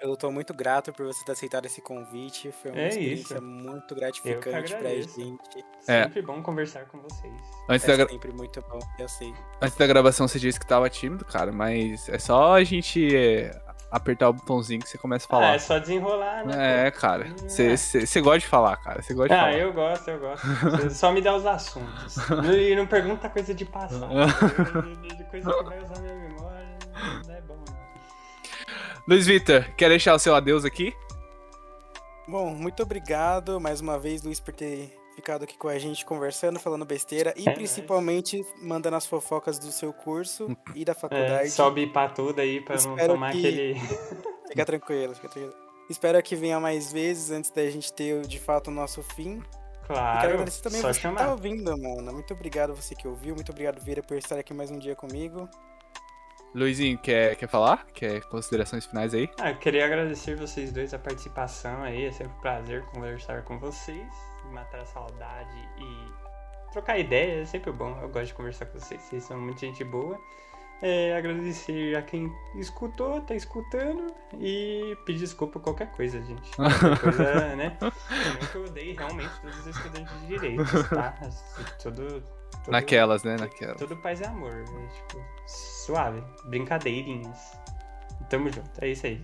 [SPEAKER 2] Eu tô muito grato por você ter aceitado esse convite. Foi uma
[SPEAKER 3] É
[SPEAKER 2] experiência
[SPEAKER 3] isso.
[SPEAKER 2] muito gratificante pra
[SPEAKER 3] agradeço.
[SPEAKER 2] gente.
[SPEAKER 1] É.
[SPEAKER 3] Sempre bom conversar com vocês.
[SPEAKER 1] Antes, da,
[SPEAKER 2] É
[SPEAKER 1] gra-
[SPEAKER 2] sempre muito bom, eu sei.
[SPEAKER 1] antes da gravação você disse que tava tímido, cara, mas é só a gente é, apertar o botãozinho que você começa a
[SPEAKER 3] Ah,
[SPEAKER 1] falar.
[SPEAKER 3] é só desenrolar, né?
[SPEAKER 1] É, cara. Você gosta de falar, cara. Você gosta de
[SPEAKER 3] Ah,
[SPEAKER 1] falar.
[SPEAKER 3] eu gosto, eu gosto. Você só me dá os assuntos. E não pergunta coisa de passado. de coisa que vai usar minha memória. Não é bom, não.
[SPEAKER 1] Luiz Vitor, quer deixar o seu adeus aqui?
[SPEAKER 2] Bom, muito obrigado mais uma vez, Luiz, por ter ficado aqui com a gente conversando, falando besteira e
[SPEAKER 3] É nóis.
[SPEAKER 2] principalmente mandando as fofocas do seu curso e da
[SPEAKER 3] É,
[SPEAKER 2] faculdade.
[SPEAKER 3] só bipar tudo aí pra não
[SPEAKER 2] Espero
[SPEAKER 3] tomar
[SPEAKER 2] que-
[SPEAKER 3] aquele.
[SPEAKER 2] Fica tranquilo, fica tranquilo. Espero que venha mais vezes antes da gente ter de fato o nosso fim. e quero
[SPEAKER 3] Claro,
[SPEAKER 2] agradecer também
[SPEAKER 3] só
[SPEAKER 2] você que tá
[SPEAKER 3] chamar.
[SPEAKER 2] ouvindo, mano. Muito obrigado você que ouviu, muito obrigado, Vira, por estar aqui mais um dia comigo.
[SPEAKER 1] Luizinho, quer, quer falar? Quer considerações finais aí?
[SPEAKER 3] Ah, eu queria agradecer vocês dois a participação aí. É sempre um prazer conversar com vocês, matar a saudade e trocar ideia. É sempre bom. Eu gosto de conversar com vocês. Vocês são muita gente boa. É, agradecer a quem escutou, tá escutando e pedir desculpa por qualquer coisa, gente. Qualquer coisa, né? Também que eu odeio realmente todos os estudantes de direito, tá? Tudo Tudo-
[SPEAKER 1] Naquelas, né? Naquelas.
[SPEAKER 3] Tudo paz e amor. É, tipo, suave. Brincadeirinhas. Tamo junto. É isso aí.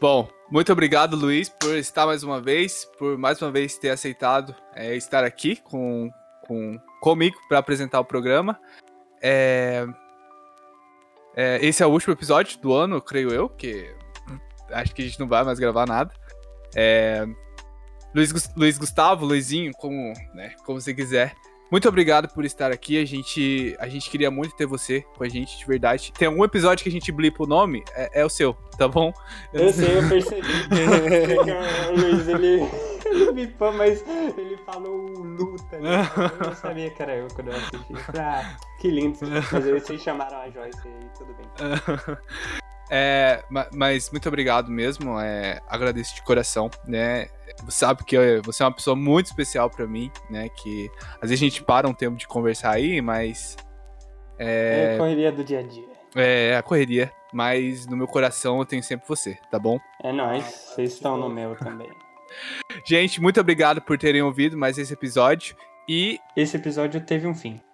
[SPEAKER 1] Bom, muito obrigado, Luiz, por estar mais uma vez, por mais uma vez ter aceitado é, estar aqui com, com comigo para apresentar o programa. É, é, esse é o último episódio do ano, creio eu, porque acho que a gente não vai mais gravar nada. É, Luiz, Gus- Luiz Gustavo, Luizinho, como, né, como você quiser. Muito obrigado por estar aqui. A gente, a gente queria muito ter você com a gente, de verdade. Tem algum episódio que a gente blipa o nome? É- é o seu, tá bom?
[SPEAKER 3] Eu sei, eu percebi. o Luiz, ele, ele me pã, mas ele falou luta. Né? Eu não sabia que era eu quando eu assisti. Eu falei, Ah, que lindo. Mas aí vocês chamaram a Joyce e tudo bem.
[SPEAKER 1] É, ma- mas muito obrigado mesmo, é, agradeço de coração, né? Você sabe que é, você é uma pessoa muito especial pra mim, né? Que às vezes a gente para um tempo de conversar aí, mas
[SPEAKER 3] É a correria do dia a dia.
[SPEAKER 1] é a correria. Mas no meu coração eu tenho sempre você, tá bom?
[SPEAKER 3] É nóis, vocês estão no meu também.
[SPEAKER 1] Gente, muito obrigado por terem ouvido mais esse episódio e
[SPEAKER 3] Esse episódio teve um fim.